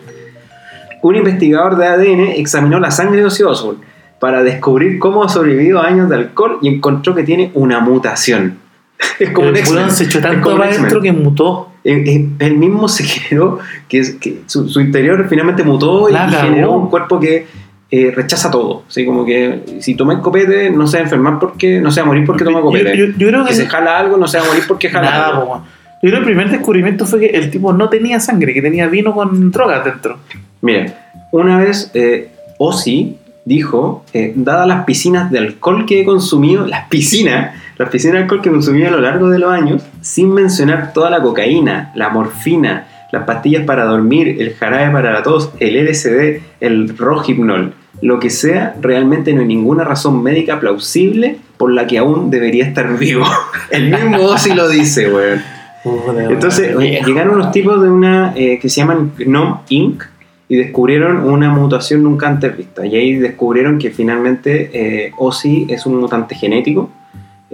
Un investigador de ADN examinó la sangre de Ozzy Osbourne para descubrir cómo ha sobrevivido a años de alcohol y encontró que tiene una mutación. Es como un el X-Men. weón se echó Es tanto como un para X-Men. adentro que mutó. Eh, eh, él mismo se generó que, que su, su interior finalmente mutó y La cagó. generó un cuerpo que eh, rechaza todo. Así como que si tomáis copete, no se va a enfermar porque no se va a morir porque toma Yo, copete. yo- yo creo que que se jala algo, no se va a morir porque jala nada, algo. po, weón. Yo creo que el primer descubrimiento fue que el tipo no tenía sangre, que tenía vino con drogas dentro. Mira, una vez eh, Ozzy dijo, eh, dadas las piscinas de alcohol que he consumido, las piscinas, las piscinas de alcohol que he consumido a lo largo de los años, sin mencionar toda la cocaína, la morfina, las pastillas para dormir, el jarabe para la tos, el LSD, el rohypnol, lo que sea, realmente no hay ninguna razón médica plausible por la que aún debería estar vivo. El mismo Ozzy lo dice, weón. Entonces oye, llegaron unos tipos de una eh, que se llaman Gnome Inc. y descubrieron una mutación nunca antes vista. Y ahí descubrieron que finalmente eh, Ozzy es un mutante genético.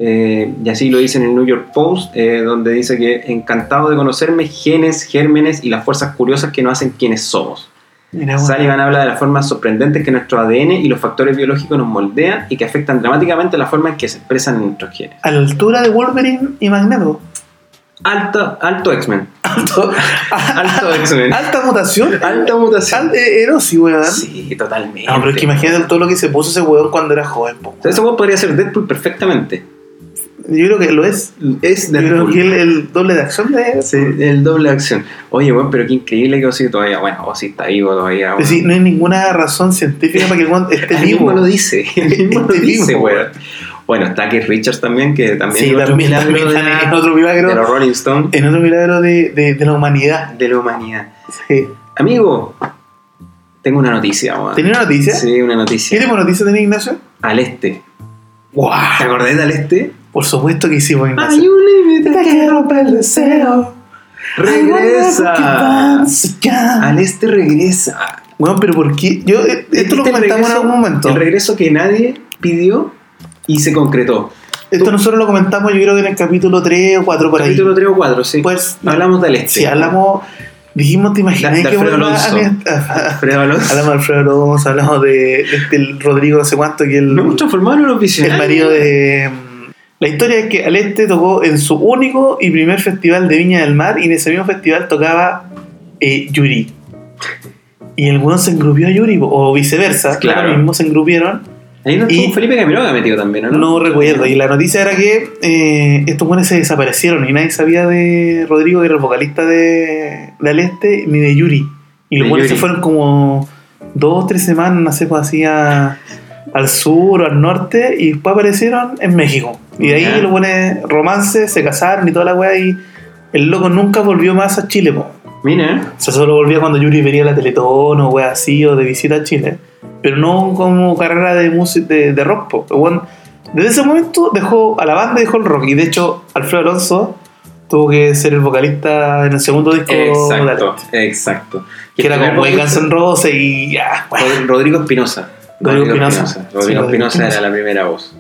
Eh, y así lo dice en el New York Post, eh, donde dice que encantado de conocerme, genes, gérmenes y las fuerzas curiosas que nos hacen quienes somos. Mira, weón. Sullivan habla de las formas sorprendentes que nuestro ADN y los factores biológicos nos moldean y que afectan dramáticamente la forma en que se expresan en nuestros genes. A la altura de Wolverine y Magneto. Alto, alto X-Men. Alto- Alto X-Men. alta mutación. Alta mutación. Al- eh, Erosi, ¿Ah? weón. Sí, totalmente. No, pero es que imagínate todo lo que se puso ese weón cuando era joven. po. O sea, ese weón podría ser Deadpool perfectamente. Yo creo que lo es. Es Yo creo Deadpool. que el, el doble de acción de Sí, el doble de acción. Oye, weón, pero qué increíble que Ozzy todavía. Bueno, Ozzy está vivo todavía. Es decir, no hay ninguna razón científica para que el weón esté el vivo. mismo lo dice. El mismo lo Este dice, mismo, weón. Bueno, está Keith Richards también, que también Sí, es otro también, milagro también, de, la- en otro de los milagro. Rolling Stones En otro milagro de, de- de la humanidad. Eh, de la humanidad. Sí. Amigo, tengo una noticia, weón. ¿Tenía una noticia? Sí, una noticia. ¿Qué tipo de noticia tenía Ignacio? Al este. ¿Te ¡Wow! acordás de al este? Por supuesto que hicimos Ignacio. Hay un límite que rompe el deseo. regresa. Al este regresa. Bueno, pero ¿por qué? Yo, eh, Ah, esto lo Este comentamos en regreso- algún momento. El regreso que nadie pidió y se concretó. Esto nosotros lo comentamos, yo creo que en el capítulo 3 o 4 por Capítulo ahí. 3 o 4, sí. Pues, hablamos del este. Si hablamos, dijimos, ¿te de, imaginas de que Alfredo vuelva Alonso. a- Alfredo Alonso. Hablamos de Alfredo Alonso, hablamos de, de este Rodrigo, no sé cuánto, que el, Nos hemos transformado en unos el visionarios. marido de. La historia es que Aleste tocó en su único y primer festival de Viña del Mar y en ese mismo festival tocaba eh, Yuri. Y el weón se engrupió a Yuri, o viceversa, Claro. claro, mismo se engrupieron. Ahí no y- estuvo Felipe Camiroga metido también, ¿o ¿no? No recuerdo. Y la noticia era que eh, estos buenos se desaparecieron y nadie sabía de Rodrigo, que era el vocalista de, de Al Este, ni de Yuri. Y los De buenos Yuri. se fueron como dos, tres semanas, no sé, pues así a- al sur o al norte y después aparecieron en México. Y de ahí Ya. los buenos romances, se casaron y toda la weá y el loco nunca volvió más a Chile, po. Mira, O sea, solo volvía cuando Yuri venía a la Teletón o wea así, o de visita a Chile. Pero no como carrera de música de, de rock. po. El weón, desde ese momento dejó a la banda y dejó el rock. Y de hecho, Alfredo Alonso tuvo que ser el vocalista en el segundo disco de exacto, Alete, exacto. Que era Primer como Way Guns vocalista- N' Roses y ya. bueno. Rod- Rodrigo Espinosa. Rodrigo Espinosa. Sí, Rodrigo Rodrigo Espinosa era Espinosa. la primera voz.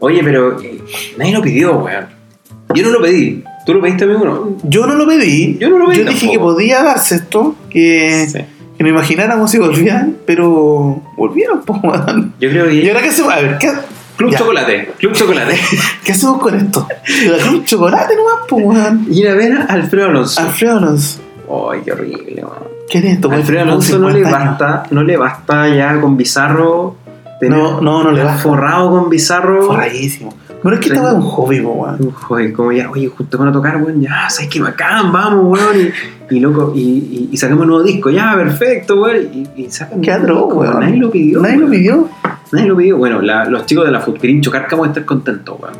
Oye, pero eh, nadie lo pidió, weón. Yo no lo pedí. ¿Tú lo pediste, amigo? No. Yo no lo pedí. Yo no lo pedí Yo dije tampoco. que podía darse esto, que, Sí. que no imagináramos si volvían, pero volvieron, po, weón. Yo creo ¿Y que. ahora qué hacemos? A ver, ¿qué, Club Ya. Chocolate. Club Chocolate. qué hacemos con esto? ¿Le damos un chocolate nomás, po, weón? Ir a ver a Alfredo Alonso. Ay, Alfredo Alonso, qué horrible, weón. ¿qué es esto? güey? Alfredo Alonso no le 50 años. basta, no le basta ya con Bizarro. tener- No, no, no le basta. Forrado con Bizarro. Forradísimo. Bueno, es que estaba un hobby, po, weón. Uh, Joder, como ya, oye, justo van a tocar, weón, ya, sabes que bacán, vamos, weón, y, y loco, y, y, y sacamos un nuevo disco, ya, perfecto, weón, y, y sacan Qué un atroz, disco, weón. nadie lo pidió, Nadie lo weón. pidió. nadie lo pidió, bueno, la- los chicos de la Food, Pirincho Cárcamo están contentos, weón,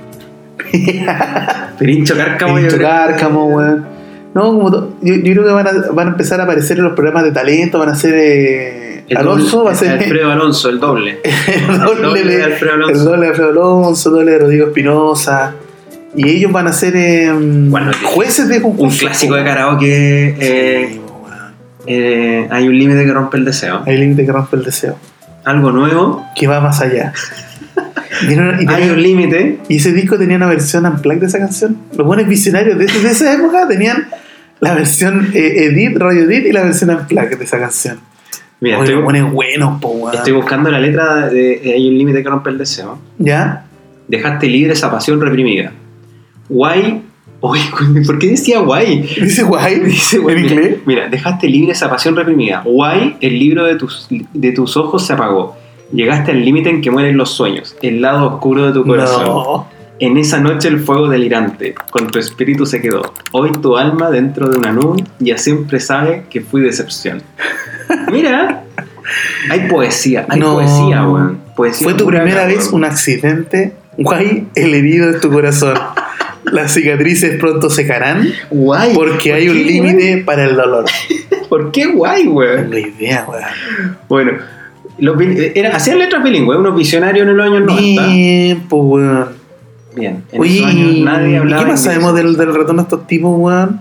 Pirincho Cárcamo, yo Pincho creo- Cárcamo, weón. No, como to- yo, yo creo que van a, van a empezar a aparecer en los programas de talento, van a ser eh, el Alonso, doble- va a ser Alfredo Alonso, el doble, el el doble de Alfredo Alonso, el doble de Alfredo Alonso, el doble de Rodrigo Espinosa. Y ellos van a ser eh, Bueno, jueces de un concurso. clásico de karaoke, eh, Sí, weón. eh, hay un límite que rompe el deseo, Hay límite que rompe el deseo. algo nuevo, que va más allá. Y tiene- y hay tenía- un límite, y ese disco tenía una versión unplugged de esa canción. Los buenos visionarios de, de esa época tenían la versión eh, edit, radio edit y la versión unplugged de esa canción. mira, Oye, estoy- los buenos buenos, po, weón. Estoy buscando la letra de eh, Hay un límite que rompe el deseo. ¿Ya? Dejaste libre esa pasión reprimida. Guay. Uy, ¿por qué decía guay? Dice guay, dice en Mira, inglés. Mira, dejaste libre esa pasión reprimida. Guay, el libro de tus, de tus ojos se apagó. Llegaste al límite en que mueren los sueños, el lado oscuro de tu corazón. No. En esa noche el fuego delirante con tu espíritu se quedó. Hoy tu alma dentro de una nube ya siempre sabe que fui decepción. Mira, hay poesía, hay No. poesía, weón. Poesía Fue tu pura, primera cabrón. vez un accidente. Guay, el herido es tu corazón. Las cicatrices pronto secarán Guay. porque ¿por hay un qué, límite para el dolor. weón? ¿Por qué guay, No weón? tengo idea, weón. Bueno, los bil- era, hacían letras bilingües, unos visionarios en los años 90. Bien, po, weón. Bien, en Oye, esos años nadie ¿y hablaba. ¿qué más inglés. sabemos del, del retorno de estos tipos, weón?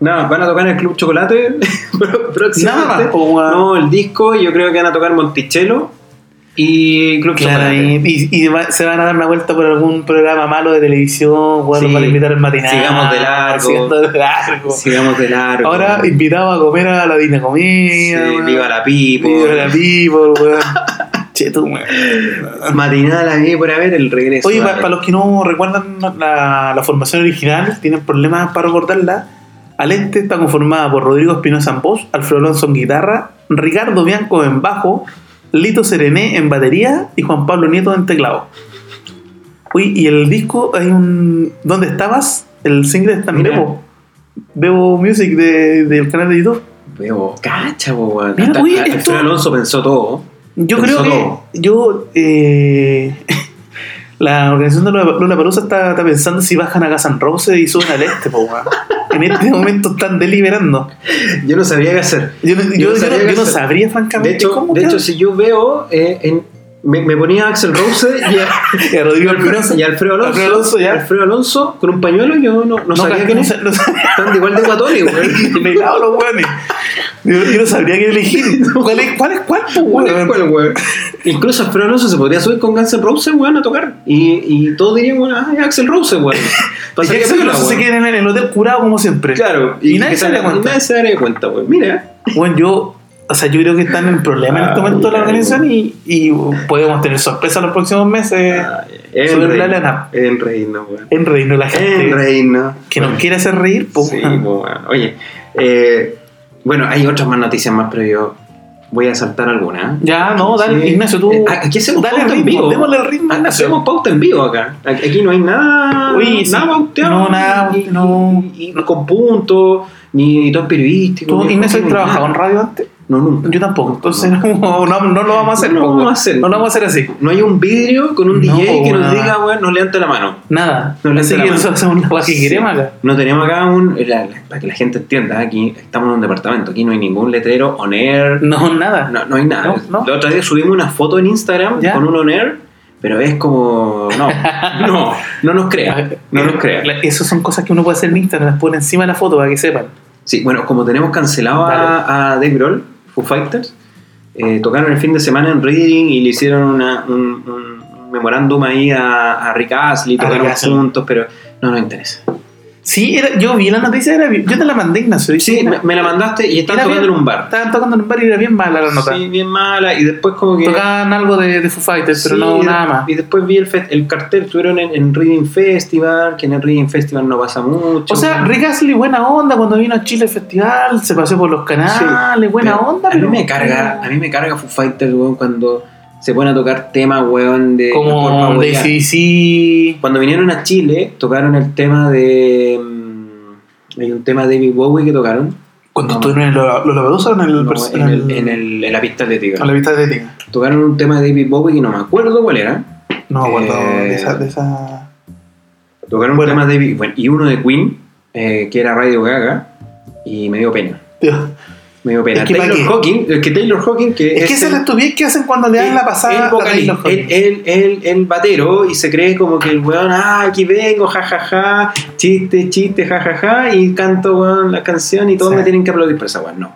Nada, van a tocar en el Club Chocolate pro- próximamente. Nada más, po, weón. No, el disco, yo creo que van a tocar Monticello y Club Claro, Chocolate. y, y- y va- se van a dar una vuelta por algún programa malo de televisión, weón, Sí. nos van a invitar al matinal. Sigamos de largo. sigamos de largo. Sigamos de largo. Ahora invitado a comer a la Dina Sí, Comida, weón. viva la pipo. Viva la people, weón. che, tú, weón. Matinal ahí por haber el regreso. Oye, pa- dale. para los que no recuerdan la, la formación original, tienen problemas para recordarla. Al este está conformada por Rodrigo Espinosa en voz, Alfredo Alonso en guitarra, Ricardo Bianco en bajo, Lito Serené en batería y Juan Pablo Nieto en teclado. Oye, y el disco hay un. ¿Dónde estabas? El single está en Mira. Bebo. Bebo Music de- del canal de YouTube. Veo, cacha, po, weón. Mira, Hasta- oye, Alfredo esto- Alonso pensó todo. Yo Pensó creo que todo. yo eh, la organización de Lula Palusa está, está pensando si bajan a Gasan Rose y suben al este, po, weón. En este momento están deliberando. Yo no sabría qué hacer. Yo, no- yo- Yo no yo no- sabría qué yo no hacer. sabría, francamente, De hecho, cómo de que- hecho si yo veo eh, en me, me ponía a Axel Rose y a, Y a Rodrigo Espinosa. y a Alfredo Alonso. Alfredo Alonso, ya. Alfredo Alonso con un pañuelo, yo no, no, sabía quién es. no sabía. Están de igual de guatones, güey. Pelados los hueones. Yo, yo no sabría qué elegir. ¿Cuál es cuál, es cuál po, ¿Cuál es hueón? cuál, güey? Incluso Alfredo Alonso se podría subir con Guns N' Roses, weón, a tocar. Y, y todos dirían, bueno, ah, es Axel Rose, weón. Y Pasaría Jackson piola, Alonso se weón. queda en el hotel curado como siempre. Claro, Y nadie que se daría cuenta. nadie se daría cuenta, weón. Mira, Bueno, yo, o sea, yo creo que están en problema en este Ah, momento la ya, organización y, y podemos tener sorpresas los próximos meses Ah, sobre Eh, la lana. en reino, weón. En reino la gente En reino. que nos quiere hacer reír, po. Ah. Sí, po, weón. Oye, eh, bueno, hay otras más noticias más, pero yo voy a saltar alguna. ¿eh? Ya, no, dale, Sí. Ignacio, tú. Eh, aquí hacemos dale pauta en ritmo, vivo. démosle el ritmo, Ah, Ignacio. Hacemos pauta en vivo acá. Aquí no hay nada. Oye, sí. nada pauteado. No, nada, ni- no. ni- ni con puntos, ni todo periodístico. ¿Tú, ni- Ignacio, has ni trabajado en nada. radio antes? No, nunca. Yo tampoco, entonces no, no, no lo vamos a hacer. No lo po, vamos a weón. hacer. No lo vamos a hacer así. No hay un vidrio con un No, DJ que nos nada. diga, weón, no levanta la mano. Nada. No le así hace la que mano. nosotros hacemos una cosa Sí. que Pues, queremos acá. No tenemos acá un. la- la- para que la gente entienda, aquí estamos en un departamento, aquí no hay ningún letrero on air, No, nada. no, no hay nada. No, no. La otra vez subimos una foto en Instagram Ya. con un on air, pero es como. No, no, no nos crea, no nos crea. Eh, La- Esas son cosas que uno puede hacer en Instagram, las pone encima de la foto para que sepan. Sí, bueno, como tenemos cancelado a, a Dave Grohl, Foo Fighters, eh, tocaron el fin de semana en Reading y le hicieron una- un, un- un memorándum ahí a, a Rick Astley, A tocaron Rick Astley. juntos, pero no nos interesa. Sí, era, yo vi la noticia, era, bien- yo te la mandé, Ignacio. y Sí, era- me, me la mandaste y están era tocando bien- en un bar. Estaban tocando en un bar y era bien mala la nota. Sí, bien mala. Y después como que... Tocaban algo de, de Foo Fighters, pero Sí, no y de- nada más. Y después vi el, fe- el cartel, estuvieron en, en Reading Festival, que en el Reading Festival no pasa mucho. O sea, Rick Astley, buena onda, cuando vino a Chile al festival, se paseó por los canales, buena Pero onda. A mí pero- me carga, a mí me carga Foo Fighters, weón, cuando se ponen a tocar temas, weón, de... eh, por Como pavonear. DC. Cuando vinieron a Chile, tocaron el tema de... mm, Hay un tema de David Bowie que tocaron Cuando No. estuvieron en los lo Lollapalooza o en el. no, pers- en, el, en, el- en la pista a atlética. la vista de Tina. Tocaron un tema de David Bowie que no me acuerdo cuál era. No me acuerdo Eh, de esa. De esa... Tocaron Bueno. un tema de David- bueno, y uno de Queen, eh, que era Radio Gaga, y me dio pena. Me dio pena. Es que ¿pa' Taylor qué? Hawking, es que Taylor Hawking, que Es que el- esa es la estupidez que hacen cuando le dan la Este el pasada a vocalista, Taylor Hawkins. el, el, el, el batero, y se cree como que el weón, ah, aquí vengo, jajaja, chiste, chiste, jajaja, y canto weón, la canción y todos Sí. me tienen que aplaudir, pero esa weón no.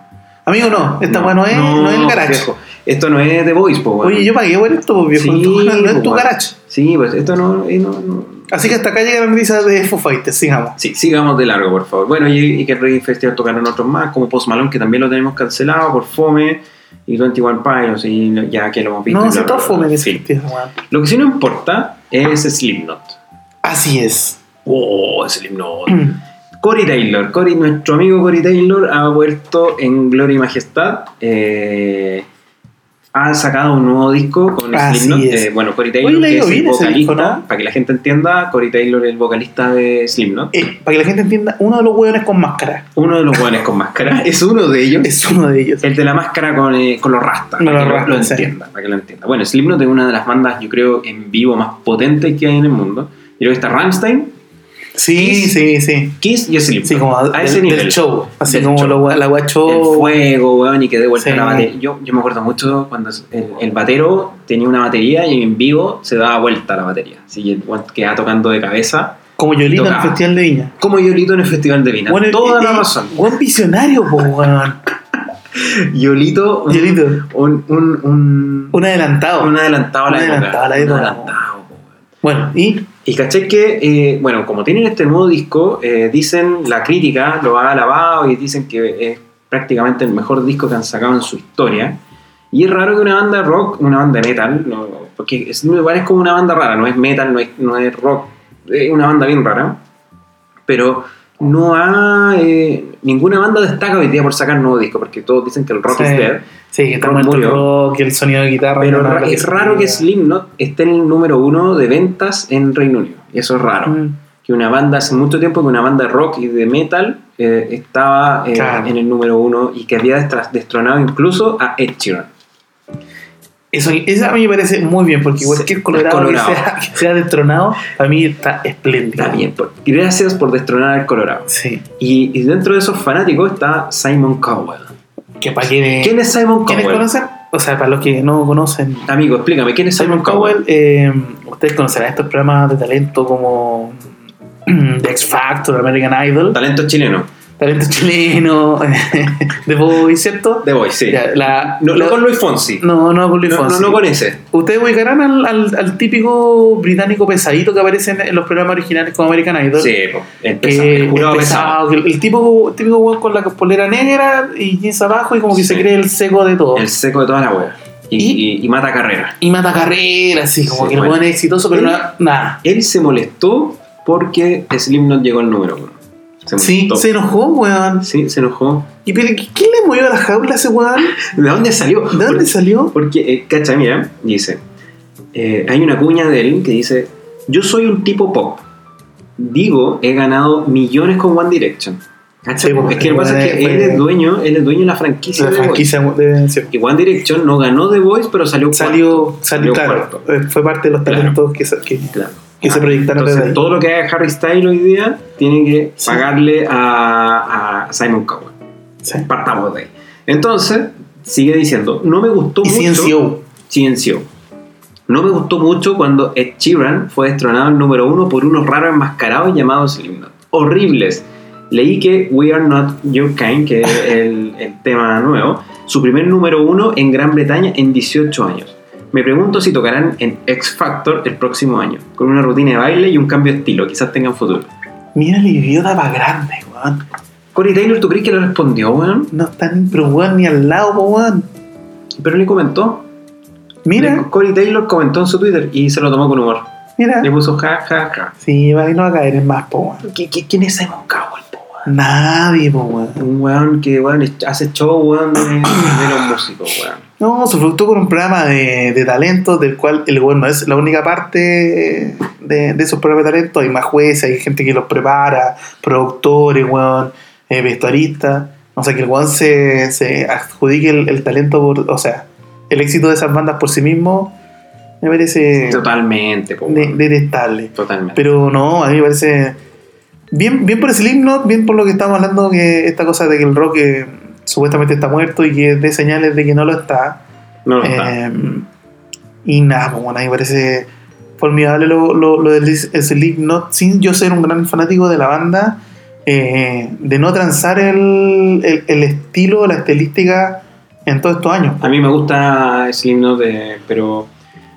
Amigo, no, esta no, weá no, es, no, es el garage. viejo. Esto no es The Voice, po, weón. Oye, yo pagué por esto, pues, viejo. Sí, Esto no es pues, tu weón. garage. Sí, pues esto no, eh, no, no. Así que hasta acá llega la noticia de Foo Fighters, sigamos. Sí, sigamos de largo, por favor. Bueno, y, y que el Reggae Festival tocaron otros más, como Post Malone, que también lo tenemos cancelado por Fome, y 21 Pilots, y lo- ya que lo hemos visto. No, y se bla, bla, todo bla, fome bla. que Sí. existe esa weá. Lo que sí no importa es Slipknot. Así es. Oh, Slipknot. Cory Taylor, Cory, nuestro amigo Cory Taylor ha vuelto en Gloria y Majestad. eh, ha sacado un nuevo disco con Así Slipknot. es. eh, bueno, Cory Taylor, le ha que ido es el bien ese vocalista, disco, ¿no? para que la gente entienda, Cory Taylor es el vocalista de Slipknot. Eh, para que la gente entienda, uno de los hueones con máscara Uno de los buenos con máscara, es uno de ellos. es uno de ellos. El de la máscara con, eh, con los rastas. Con para los que lo- rastas, lo sí. entienda, para que lo entienda. Bueno, Slipknot es una de las bandas, yo creo, en vivo más potentes que hay en el mundo. Yo creo que está Rammstein, Sí, sí, sí. Kiss y Slipknot. Sí, como a del- ese nivel. del show. Así Del como show. lo gua- la guay El show. fuego, weón, y que de vuelta Sí. la batería. Yo, yo me acuerdo mucho cuando el, el batero tenía una batería y en vivo se daba vuelta la batería. Así que el weón quedaba tocando de cabeza. Como Yolita en el Tocaba. Festival de Viña. Como Yolito en el Festival de Vina. Bueno, Toda eh, la eh, razón. Buen visionario, po, weón. Yolito, un, Yolito. un, un, un- Un adelantado. un adelantado a la Un época. adelantado a la época. Un adelantado, weón. Bueno, y Y caché que, eh, bueno, como tienen este nuevo disco, eh, dicen, la crítica lo ha alabado y dicen que es prácticamente el mejor disco que han sacado en su historia. Y es raro que una banda rock, una banda metal, no, porque es, igual es como una banda rara, no es metal, no es, no es rock, es una banda bien rara, pero no ha, eh, ninguna banda destaca hoy día por sacar nuevo disco, porque todos dicen que el rock Sí. es dead, sí, que está Rock muerto el murió. rock, el sonido de guitarra. pero no, no, ra- no, es no, raro no. que Slipknot esté en el número uno de ventas en Reino Unido, y eso es raro Mm. que una banda hace mucho tiempo que una banda de rock y de metal eh, estaba eh, Claro. en el número uno y que había destra- destronado incluso a Ed Sheeran. Eso, eso a mí me parece muy bien, porque Sí, cualquier colorado, colorado. Que, sea, que sea destronado, para mí está espléndido. Está bien, por- gracias por destronar al Colorado. Sí. Y, y dentro de esos fanáticos está Simon Cowell. Que para que. ¿Quién es Simon Eh, ¿Quiénes Cowell? conocen? O sea, para los que no conocen, Amigo, explícame, ¿quién es Simon Cowell, eh, ustedes conocerán estos programas de talento como The X Factor, American Idol, Talento chileno. Talento Chileno, The Voice, ¿cierto? The Voice, sí. Ya, la- No, no la- con Luis Fonsi. no, no con Luis No, no, Fonsi. no con ese. Ustedes ubicarán al, al- al típico británico pesadito que aparece en, en los programas originales como American Idol. Sí, po, el, Que pesa- el es jurado pesado. pesado, que Eh, el, el tipo, típico weón con la polera negra y jeans abajo y como que Sí. se cree el seco de todo. El seco de toda la wea. Y, y- y mata carrera. Y mata carreras, así como Sí, que el bueno. weón es exitoso, pero Sí. na- nada. Él se molestó porque Slim no llegó al número uno. Se Sí, molestó. se enojó, weón. Sí, se enojó. ¿Y pero qué- quién le movió a la jaula a ese weón? ¿De dónde salió? ¿De dónde salió? Porque, eh, cacha, mira, dice, eh, hay una cuña de él que dice, yo soy un tipo pop. Digo, he ganado millones con One Direction. Cacha, Sí, pues, es que lo que pasa es que fue- él es dueño, él es dueño de la franquicia. La de The Voice. franquicia de- sí. Y One Direction no ganó The Voice, pero salió Salió, cuarto. salió, claro, cuarto. eh, fue parte de los Claro. talentos que, sa- que- Claro. que se proyectaron desde Ah, Entonces, ahí. todo lo que haga Harry Styles hoy día tiene que Sí. pagarle a, a Simon Cowell. Sí. Partamos de ahí. Entonces, sigue diciendo, no me gustó Y mucho. CNCO. Ciencio. No me gustó mucho cuando Ed Sheeran fue destronado al número uno por unos raros enmascarados llamados Slipknot. Horribles. Leí que We Are Not Your Kind, que es el, el tema nuevo, su primer número uno en Gran Bretaña en 18 años. Me pregunto si tocarán en X Factor el próximo año, con una rutina de baile y un cambio de estilo, quizás tengan futuro. Mira el idiota más grande, weón. Corey Taylor, ¿tú crees que le respondió, weón? No está ni pero weón ni al lado, po, weón. Pero le comentó. Mira, Corey Taylor comentó en su Twitter y se lo tomó con humor. mira. Le puso ja, ja, ja. Sí, va y no va a caer en más, po, weón. ¿Qui- qui- ¿Quién es Simon Cowell, po, weón? Nadie, po, weón. Un weón que weón, es- hace show weón, de, de los músicos, weón. No, se fructó con un programa de, de talentos del cual el weón no es la única parte de, de esos programas de talentos. Hay más jueces, hay gente que los prepara, productores, weón, eh, vestuaristas. O sea, que el weón se, se adjudique el, el talento, por, o sea, el éxito de esas bandas por sí mismo, me parece Totalmente, po, Eh. de- weón. detestable. Totalmente. Pero no, a mí me parece. Bien, bien por Slipknot, bien por lo que estamos hablando, que esta cosa de que el rock eh, supuestamente está muerto y que dé señales de que no lo está. no lo está. Eh, y nada, pues, bueno, a mí me parece formidable lo, lo, lo del Slipknot, sin yo ser un gran fanático de la banda, eh, de no transar el, el, el estilo, la estilística en todos estos años. A mí me gusta Slipknot, de, pero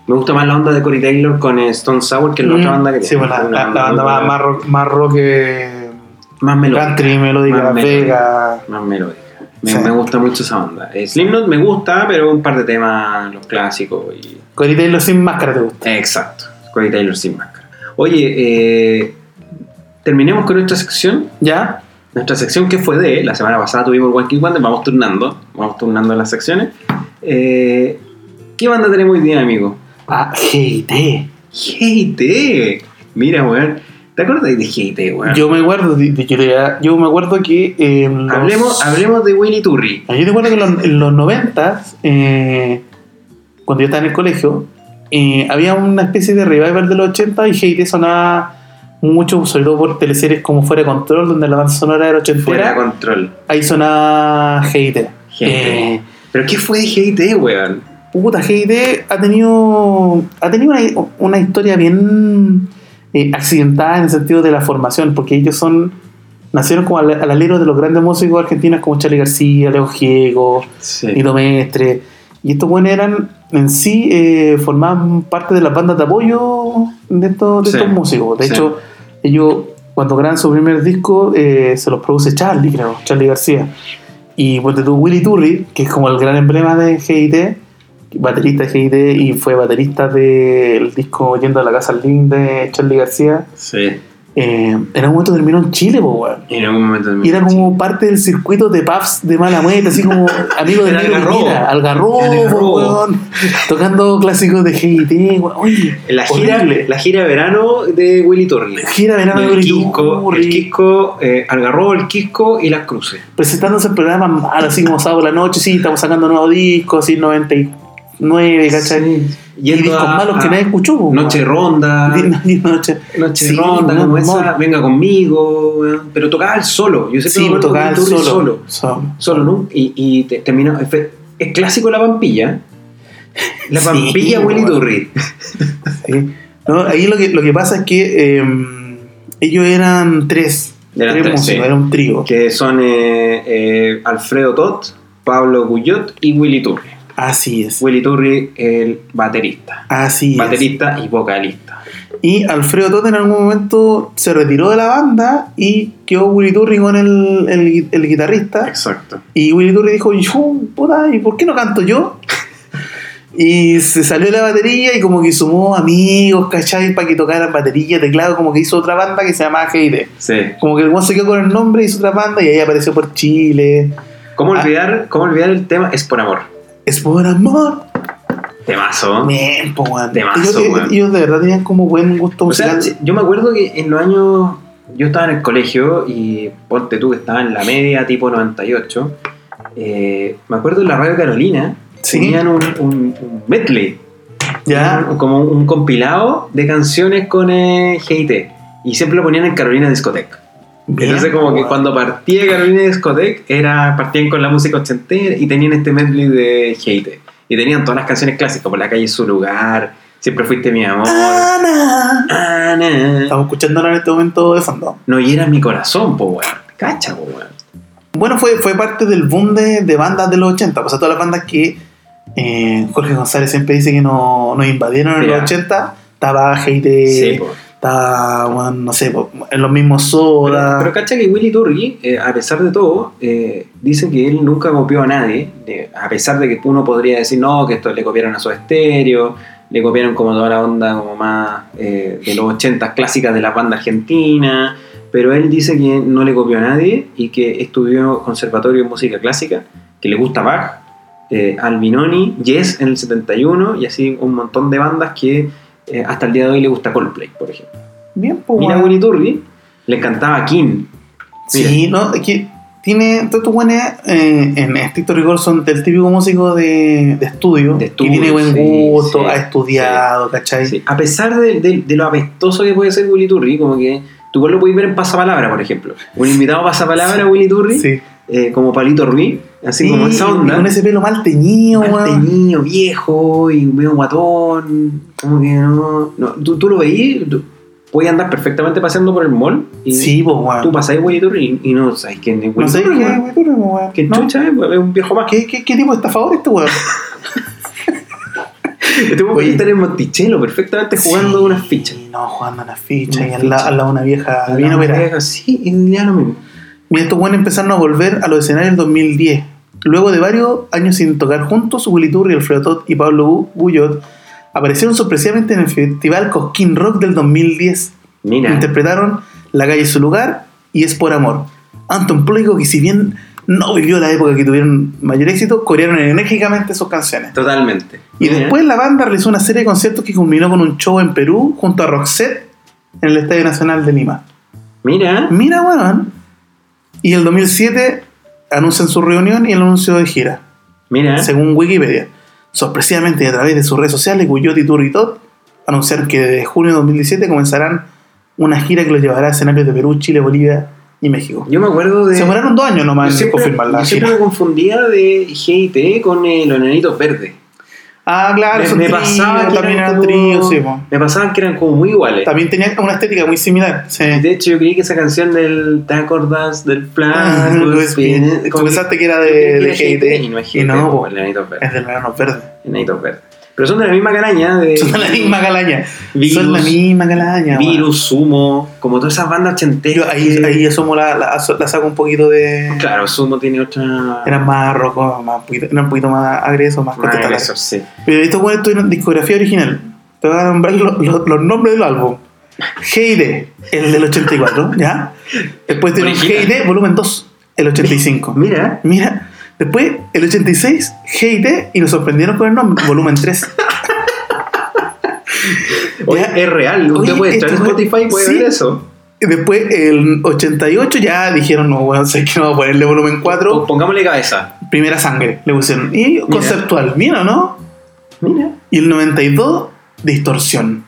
me gusta más la onda de Corey Taylor con eh, Stone Sour que la otra Mm, banda que Sí, bueno, la, Una- la- la banda más, más rock, más rock eh, más melódica. country, melódica, Más melódica. vega. Más melódica. Me, Sí. me gusta mucho esa banda. Eh, Slipknot me gusta, pero un par de temas, los clásicos y... Corey Taylor sin máscara te gusta. Exacto. Corey Taylor sin máscara. Oye, eh, terminemos con nuestra sección. ¿Ya? Nuestra sección que fue de, la semana pasada tuvimos el One King Wonder, vamos turnando, vamos turnando las secciones. Eh, ¿Qué banda tenemos hoy día, amigo? Ah, GT. GT. Mira, weón. ¿Te acuerdas de GT, weón? Yo me acuerdo, de- de- yo, le- yo me acuerdo que. eh, los- hablemos, hablemos de Winnie Turri. Yo recuerdo que en los, en los 90s, eh, cuando yo estaba en el colegio, eh, había una especie de revival de los 80 y GT sonaba mucho, sobre todo por teleseries como Fuera de Control, donde la banda sonora era Fuera de ochentera. control. Ahí sonaba Eh, GT. GT. ¿Pero qué fue de GT, weón? Puta, GT ha tenido, ha tenido una, una historia bien eh, accidentada en el sentido de la formación, porque ellos son nacieron como al, al alero de los grandes músicos argentinos como Charlie García, Leo Giego, Sí. Nito Mestre. Y estos buenos eran en sí, eh, formaban parte de las bandas de apoyo de estos, de Sí, estos músicos. De sí. hecho, ellos cuando graban su primer disco eh, se los produce Charlie, creo, Charlie García. Y ponte tú Willy Turri, que es como el gran emblema de GIT, baterista de GIT y fue baterista del disco Yendo a la Casa al Link de Charlie García. Sí. eh, en algún momento terminó en Chile, po, weón. En algún momento también. Y era como parte del circuito de pubs de mala muerte, así como amigo de Era Negro Algarrobo. Piñera, Algarrobo, Era Algarrobo. weón, tocando clásicos de GIT, weón. Oye, La gira, horrible. la gira de verano de Willy Turri. gira verano de El Willy Quisco, el Turri, Quisco, eh, Algarrobo, el Quisco y las cruces. presentándose en programas malos, así como sábado a la noche, sí, estamos sacando nuevos discos, así 99, ¿cachai? Sí. Y, Yendo discos a- malos que a nadie escuchó, weón. Noche ronda, Di- di- noche. noche Sí, ronda, como no, esa, no. venga conmigo, weón. pero tocaba el solo. Yo sé que Sí, me acuerdo tocaba que el Turri solo. So- Solo, ¿no? Y, y te- terminó, fue- es clásico la pampilla. La Sí, pampilla Willy bueno. Turri. Sí. No, ahí lo que, lo que pasa es que eh, ellos eran tres. Eran tres tres, músicos, sí. era un trío. Que son eh, eh, Alfredo Tot, Pablo Guyot y Willy Turri. Así es. Willy Turri, el baterista. Así es. Baterista y vocalista. Y Alfredo Tote en algún momento se retiró de la banda y quedó Willy Turri con el, el gui- el guitarrista. Exacto. Y Willy Turri dijo, "Yo, puta, ¿y por qué no canto yo? Y se salió de la batería y como que sumó amigos, ¿cachai? Para que tocaran batería, teclado, como que hizo otra banda que se llamaba Heide. Sí. Como que el guan se quedó con el nombre, hizo otra banda y ahí apareció por Chile. ¿Cómo Ah. olvidar, cómo olvidar el tema? Es por amor. Es por amor. Temazo. Man, po, weón. Temazo, ellos, ellos- weón. ellos de verdad tenían como buen gusto O sea, musical. si- yo me acuerdo que en los años. Yo estaba en el colegio y ponte tú que estaba en la media, tipo 98. eh, me acuerdo en la radio Carolina Sí. tenían un, un- un medley, ya, un- como un compilado de canciones con eh, GIT. Y siempre lo ponían en Carolina Discotech. bien, Entonces, po, como que weón. cuando partía Carolina Discotech, era, partían con la música ochentera y tenían este medley de Hate. Y tenían todas las canciones clásicas, por la calle es su lugar, siempre fuiste mi amor, Ana. Ana. Estamos escuchándola en este momento de fondo. No hieras mi corazón, po weón. Cacha, po weón. Bueno, fue, fue parte del boom de, de bandas de los 80. O sea, todas las bandas que eh, Jorge González siempre dice que no- nos invadieron en Ya. los 80. Estaba Heide, Sí, po. estaba, bueno, no sé, po, en los mismos Pero, Soda. pero cacha que Willy Turri, eh, a pesar de todo, eh, dice que él nunca copió a nadie, eh, a pesar de que uno podría decir, no, que esto le copiaron a su estéreo, le copiaron como toda la onda como más eh, de los 80 clásicas de la banda argentina, pero él dice que no le copió a nadie y que estudió conservatorio de música clásica, que le gusta Bach, eh, Albinoni, Yes en el 71 y así un montón de bandas que eh, hasta el día de hoy le gusta Coldplay, por ejemplo. Bien, po, Mira, weón. Willy Turri le encantaba King. Sí, no, es que tiene todos estos buenos eh, en estricto rigor son del típico músico de, de estudio, De que tiene estudio, buen sí, gusto, sí, ha estudiado, ¿cachai? Sí, A pesar de, de- de lo apestoso que puede ser Willy Turri, como que tú igual lo puedes ver en Pasapalabra, por ejemplo. Un invitado a Pasapalabra, Willy Turri, Sí. eh, como Palito Ruiz, así Sí, como esa onda. y Con ese pelo mal teñido, mal weón. teñido, viejo y medio guatón, como que no. no, tú, tú lo veías, tú, podías andar perfectamente paseando por el mall y Sí, pues, weón. tú pasás Willy Turri y, y no sabes quién es Willy No sé qué Turri, qué, weón. weón. Que No, chucha, eh, es un viejo más. ¿Qué, qué, qué tipo de estafador este weón? Este weón Oye. podía estar en Monticello perfectamente jugando Sí, unas fichas. No, jugando unas fichas. Unas y al lado fichas. al lado una vieja bien La operada. oreja, Sí, y ya lo mismo. Mira, estos weones empezaron a volver a los escenarios en 2010. Luego de varios años sin tocar juntos, Willy Turri, Alfredo Todd y Pablo Bu- Buyot aparecieron sorpresivamente en el festival Cosquín Rock del 2010. Mira, Interpretaron La calle es su lugar y Es por amor. Ante un público que si bien no vivió la época que tuvieron mayor éxito, corearon enérgicamente sus canciones. totalmente. Y Mira. después la banda realizó una serie de conciertos que culminó con un show en Perú junto a Roxette en el Estadio Nacional de Lima. Mira, Mira, weón. Y el 2007 anuncian su reunión y el anuncio de gira, mira. según Wikipedia. Sorpresivamente, a través de sus redes sociales, Guyot y Turritot anunciaron que desde junio de 2017 comenzarán una gira que los llevará a escenarios de Perú, Chile, Bolivia y México. Yo me acuerdo de. Se demoraron dos años yo nomás en siempre, confirmar la yo siempre gira. me confundía de GIT con eh, los enanitos verdes. Ah, claro, me, son me tríos, pasaba que también eran eran como- tríos, sí, po. Me pasaban que eran como muy iguales. También tenían una estética muy similar. Sí. De hecho, yo creí que esa canción del ¿Te acordás del Ah, plan? Blue Blue Spin. Spin? Tú pues, Como que- pensaste que era yo de, creí que de era GIT y no es GT. GIT. Y no, po, po, enanitos verdes. es del verano verde. Enanitos verdes. Pero son de la misma calaña de. Son la misma calaña. Son la Virus, misma calaña. weón. virus, sumo, como todas esas bandas Yo ochenteras. ahí, que- ahí asomo la, la, aso- la saco un poquito de. Claro, Sumo tiene otra. Eran más rocos, más, un poquito- eran un poquito más agresos, más Más contestatarios. agresor, sí. Pero estos buenos tuvieron discografía original. Te voy a nombrar lo- lo- los nombres del álbum. Heide, el del 84, ¿ya? Después tuvieron Original. Heide, volumen 2, el 85. Mira, Mira, después el 86, GIT, y lo sorprendieron con el nombre, volumen 3. oye, Ya. es real. Usted Oye, puede entrar en esto fue- Spotify y puede sí. ver eso. Y después el 88 ya dijeron, no, bueno, sé que no voy a ponerle volumen 4, Pon- pongámosle cabeza. primera sangre, le pusieron. Y conceptual, bien o no. Mira. Y el 92, distorsión.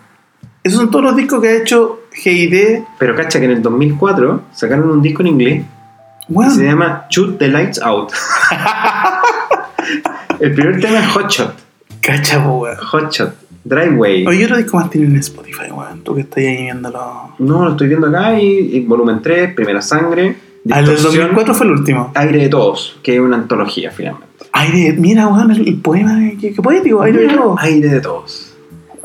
Esos son todos los discos que ha hecho GIT. Pero cacha que en el 2004 sacaron un disco en inglés que Ah. Bueno, se llama Shoot the Lights Out. El primer tema es Hot Shot. Cacha, po, weón. Hot Shot. Driveway. Oye, otro disco más tiene en Spotify, weón. Tú que estás ahí Ah, viéndolo. No, lo estoy viendo acá y, y volumen 3, Primera Sangre. Al del Distorsión, 2004 fue Ah, el último. Aire de Todos, que es una antología finalmente. Aire, mira, weón, el, el poema. de- Qué, qué poético, aire de todo. Aire de Todos.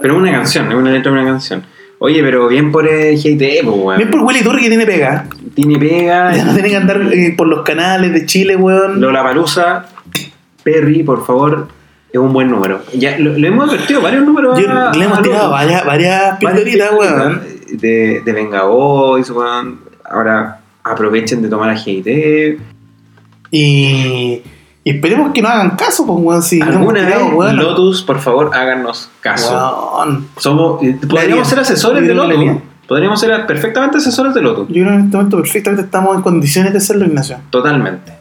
Pero es una canción, es una letra de una canción. Oye, pero bien por eh, GT, po, weón. Bien por Willy Torre que tiene pega. Tiene Ya no pega, tiene que andar eh, por los canales de Chile, weón. Lola Palusa, Perry, por favor, es un buen número. Ya, lo, lo hemos advertido varios números. Yo- a- le hemos a tirado Lola. varias, varias pildoritas, weón. De, de Venga Boys, weón. Ahora aprovechen de tomar a GT. Y, y esperemos que no hagan caso, pues, weón. Si Alguna no, vez, weón. Lotus, por favor, háganos caso. Weón. Somos, eh, haría. podríamos ser asesores Yo de creo que la Lotus. haría. Podríamos ser perfectamente asesores de Lotus. Yo creo que en este momento perfectamente estamos en condiciones de hacerlo, Ignacio. Totalmente.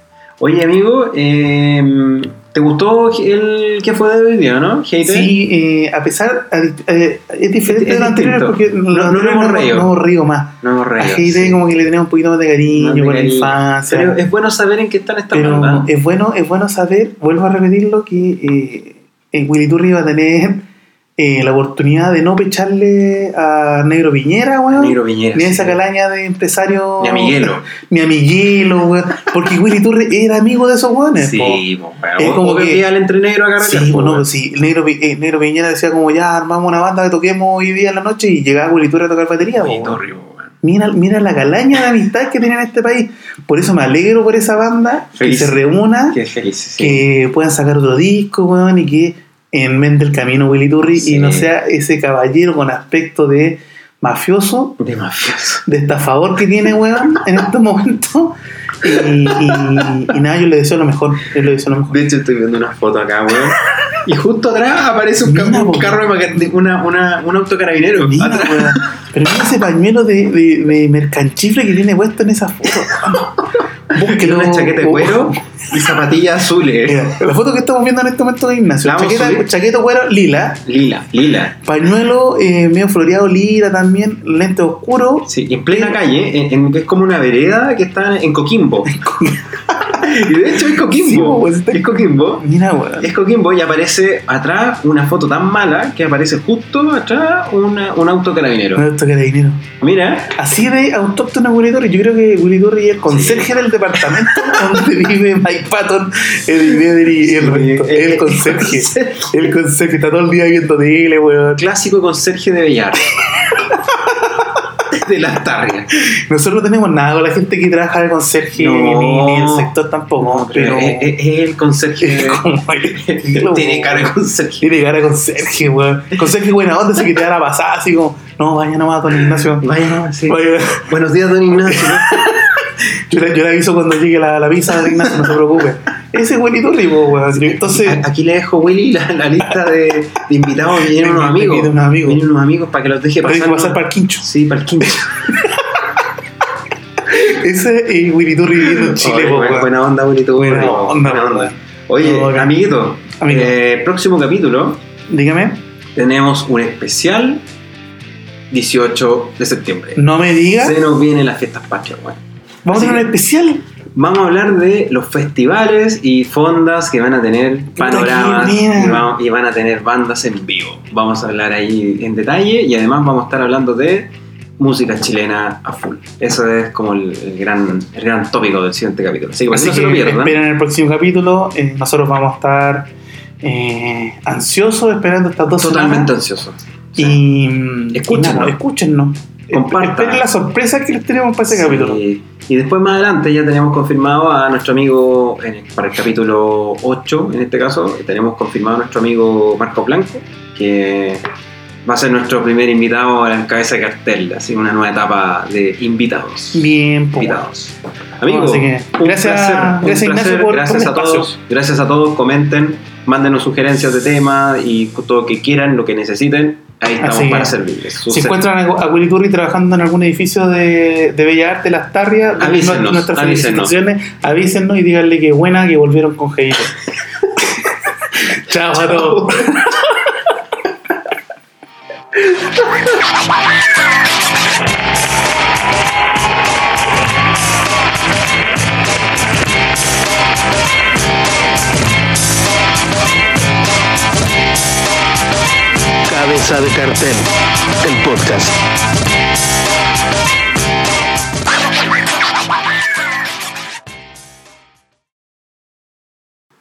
Oye, amigo, eh, ¿te gustó el que fue de hoy día, no? Hate Sí, eh, a pesar, a di- eh, es Es- diferente es de lo anterior distinto. porque No- no anterior hemos reído. no hemos reído más. No hemos A reído, gente sí. como que le tenemos un poquito más de Más de cariño por la cariño. infancia. Pero es bueno saber en qué están estas Pero bandas. es bueno, es bueno saber, vuelvo a repetirlo, que eh, eh, Willy Turri va a tener eh, la oportunidad de no pecharle a Negro Piñera, weón. Negro Piñera, Ni a sí. esa calaña de empresario. Ni a Miguelo. Ni a Miguelo, weón. Porque Willy Turri era amigo de esos weones, po. Sí, po, Es bueno, como como que- que al entre negro acá Sí, bueno, pues sí, el negro, Pi- eh, el negro Piñera decía como ya armamos una banda que toquemos hoy día en la noche y llegaba Willy Turri a tocar batería. po, weón. Mira, mira la calaña de amistad que tiene en este país. Por eso me alegro por esa banda Feliz. que se reúna, Qué feliz, sí. que puedan sacar otro disco, weón, y que en mente el camino Willy Turri y Sí. no sea ese caballero con aspecto de mafioso, De mafioso. de estafador que tiene, weón, en estos momentos. Y, y- y nada, yo le deseo lo mejor. Yo le deseo lo mejor. De hecho, estoy viendo una foto acá, weón. Y justo atrás aparece un, ca- Mira, un po. carro de maca- de una, una, un autocarabinero. Mira, atrás. weón. Pero mira ese pañuelo de, de, de mercanchifle que tiene puesto en esa foto. Tiene Búsquelo. una chaqueta de cuero y zapatillas azules. Mira, la foto que estamos viendo en este momento de Ignacio. La vamos a Chaqueta, subir. chaqueta cuero lila, Lila, lila. pañuelo eh, medio floreado lila también, lente oscuro. Sí, y en plena calle, en- en- es como una vereda que está en Coquimbo. y de hecho es Sí, Coquimbo. pues, está- es Coquimbo. Mira, weón. Es Coquimbo y aparece atrás una foto tan mala que aparece justo atrás una, un autocarabinero. No toque de dinero. Mira, Así de autóctona Willy Torres. Yo creo que Willy Torres es el conserje del departamento donde vive Mike Patton, Eddie Vedder y Eh, el resto. Es el conserje. El conserje está todo el día viendo tele, weón. clásico conserje de Bellar. de las tardes. Nosotros no tenemos nada con la gente que trabaja de conserje No. eh, ni, ni el sector tampoco, pero. Es, es- es el conserje. es como el estilo, eh, Tiene weón. cara de conserje. Tiene cara con Sergio, weón. Con Sergio buena onda, así que te da la pasada, así como, no, vaya nomás, don Ignacio. Vaya, no, sí. Vaya. Buenos días, don Ignacio. Yo, le, yo le aviso cuando llegue la, la pizza de Ignacio, no se preocupe. Ese es buenito rico, weón. Entonces, A- Aquí le dejo Willy la, la lista de, de invitados. Vienen unos amigos. Vienen unos amigos. Vienen unos amigos para que los deje tiene pasar. que pasar para el quincho. Sí, para el quinto. Ese es Willy Turri viviendo en Chile, Oye, po, buena, weón. buena onda, bonito. Buena bonito, onda, buena weón. onda. Oye, No, bacán. amiguito, Amigo. eh, próximo capítulo Dígame, tenemos un especial 18 de septiembre. no me diga. Se nos vienen las fiestas patrias, weón. Vamos a Así tener un que- especial. Vamos a hablar de los festivales y fondas que van a tener panoramas qué buena. y, va- y van a tener bandas en vivo. Vamos a hablar ahí en detalle y además vamos a estar hablando de música chilena a full. Eso es como el, el gran, el gran tópico del siguiente capítulo. Así que, para que Así no se lo que pierdan. esperen el próximo capítulo. Eh, nosotros vamos a estar eh, ansiosos esperando estas dos Totalmente semanas. ansioso. Y mm, Escúchenos. y nada, escúchenos. Compartan. Esperen la sorpresa que les tenemos para ese Sí. capítulo. Y después más adelante ya tenemos confirmado a nuestro amigo, en el- para el capítulo 8 en este caso, tenemos confirmado a nuestro amigo Marco Blanco, que va a ser nuestro primer invitado a la cabeza de cartel, así una nueva etapa de invitados. Bien, pues. Invitados. Amigos, Así que gracias- gracias, Ignacio, por- gracias por el a todos, espacio. gracias a todos, comenten, mándenos sugerencias de tema y todo lo que quieran, lo que necesiten, ahí estamos Así que, para servirles. Su Si ser- encuentran a, a Willy Turri trabajando en algún edificio de, de Bellas Artes, Las Tarrias, denle Avísenos, nu- nuestras avísenos. felicitaciones, avísenos y díganle que buena que volvieron con Geito. Chao a todos. Cabeza de cartel, el podcast.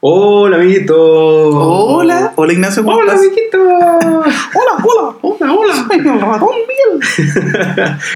Hola, amiguito. Hola, hola Ignacio, ¿cómo Hola, estás? amiguito. Hola, hola, hola, hola. Soy el ratón Miguel.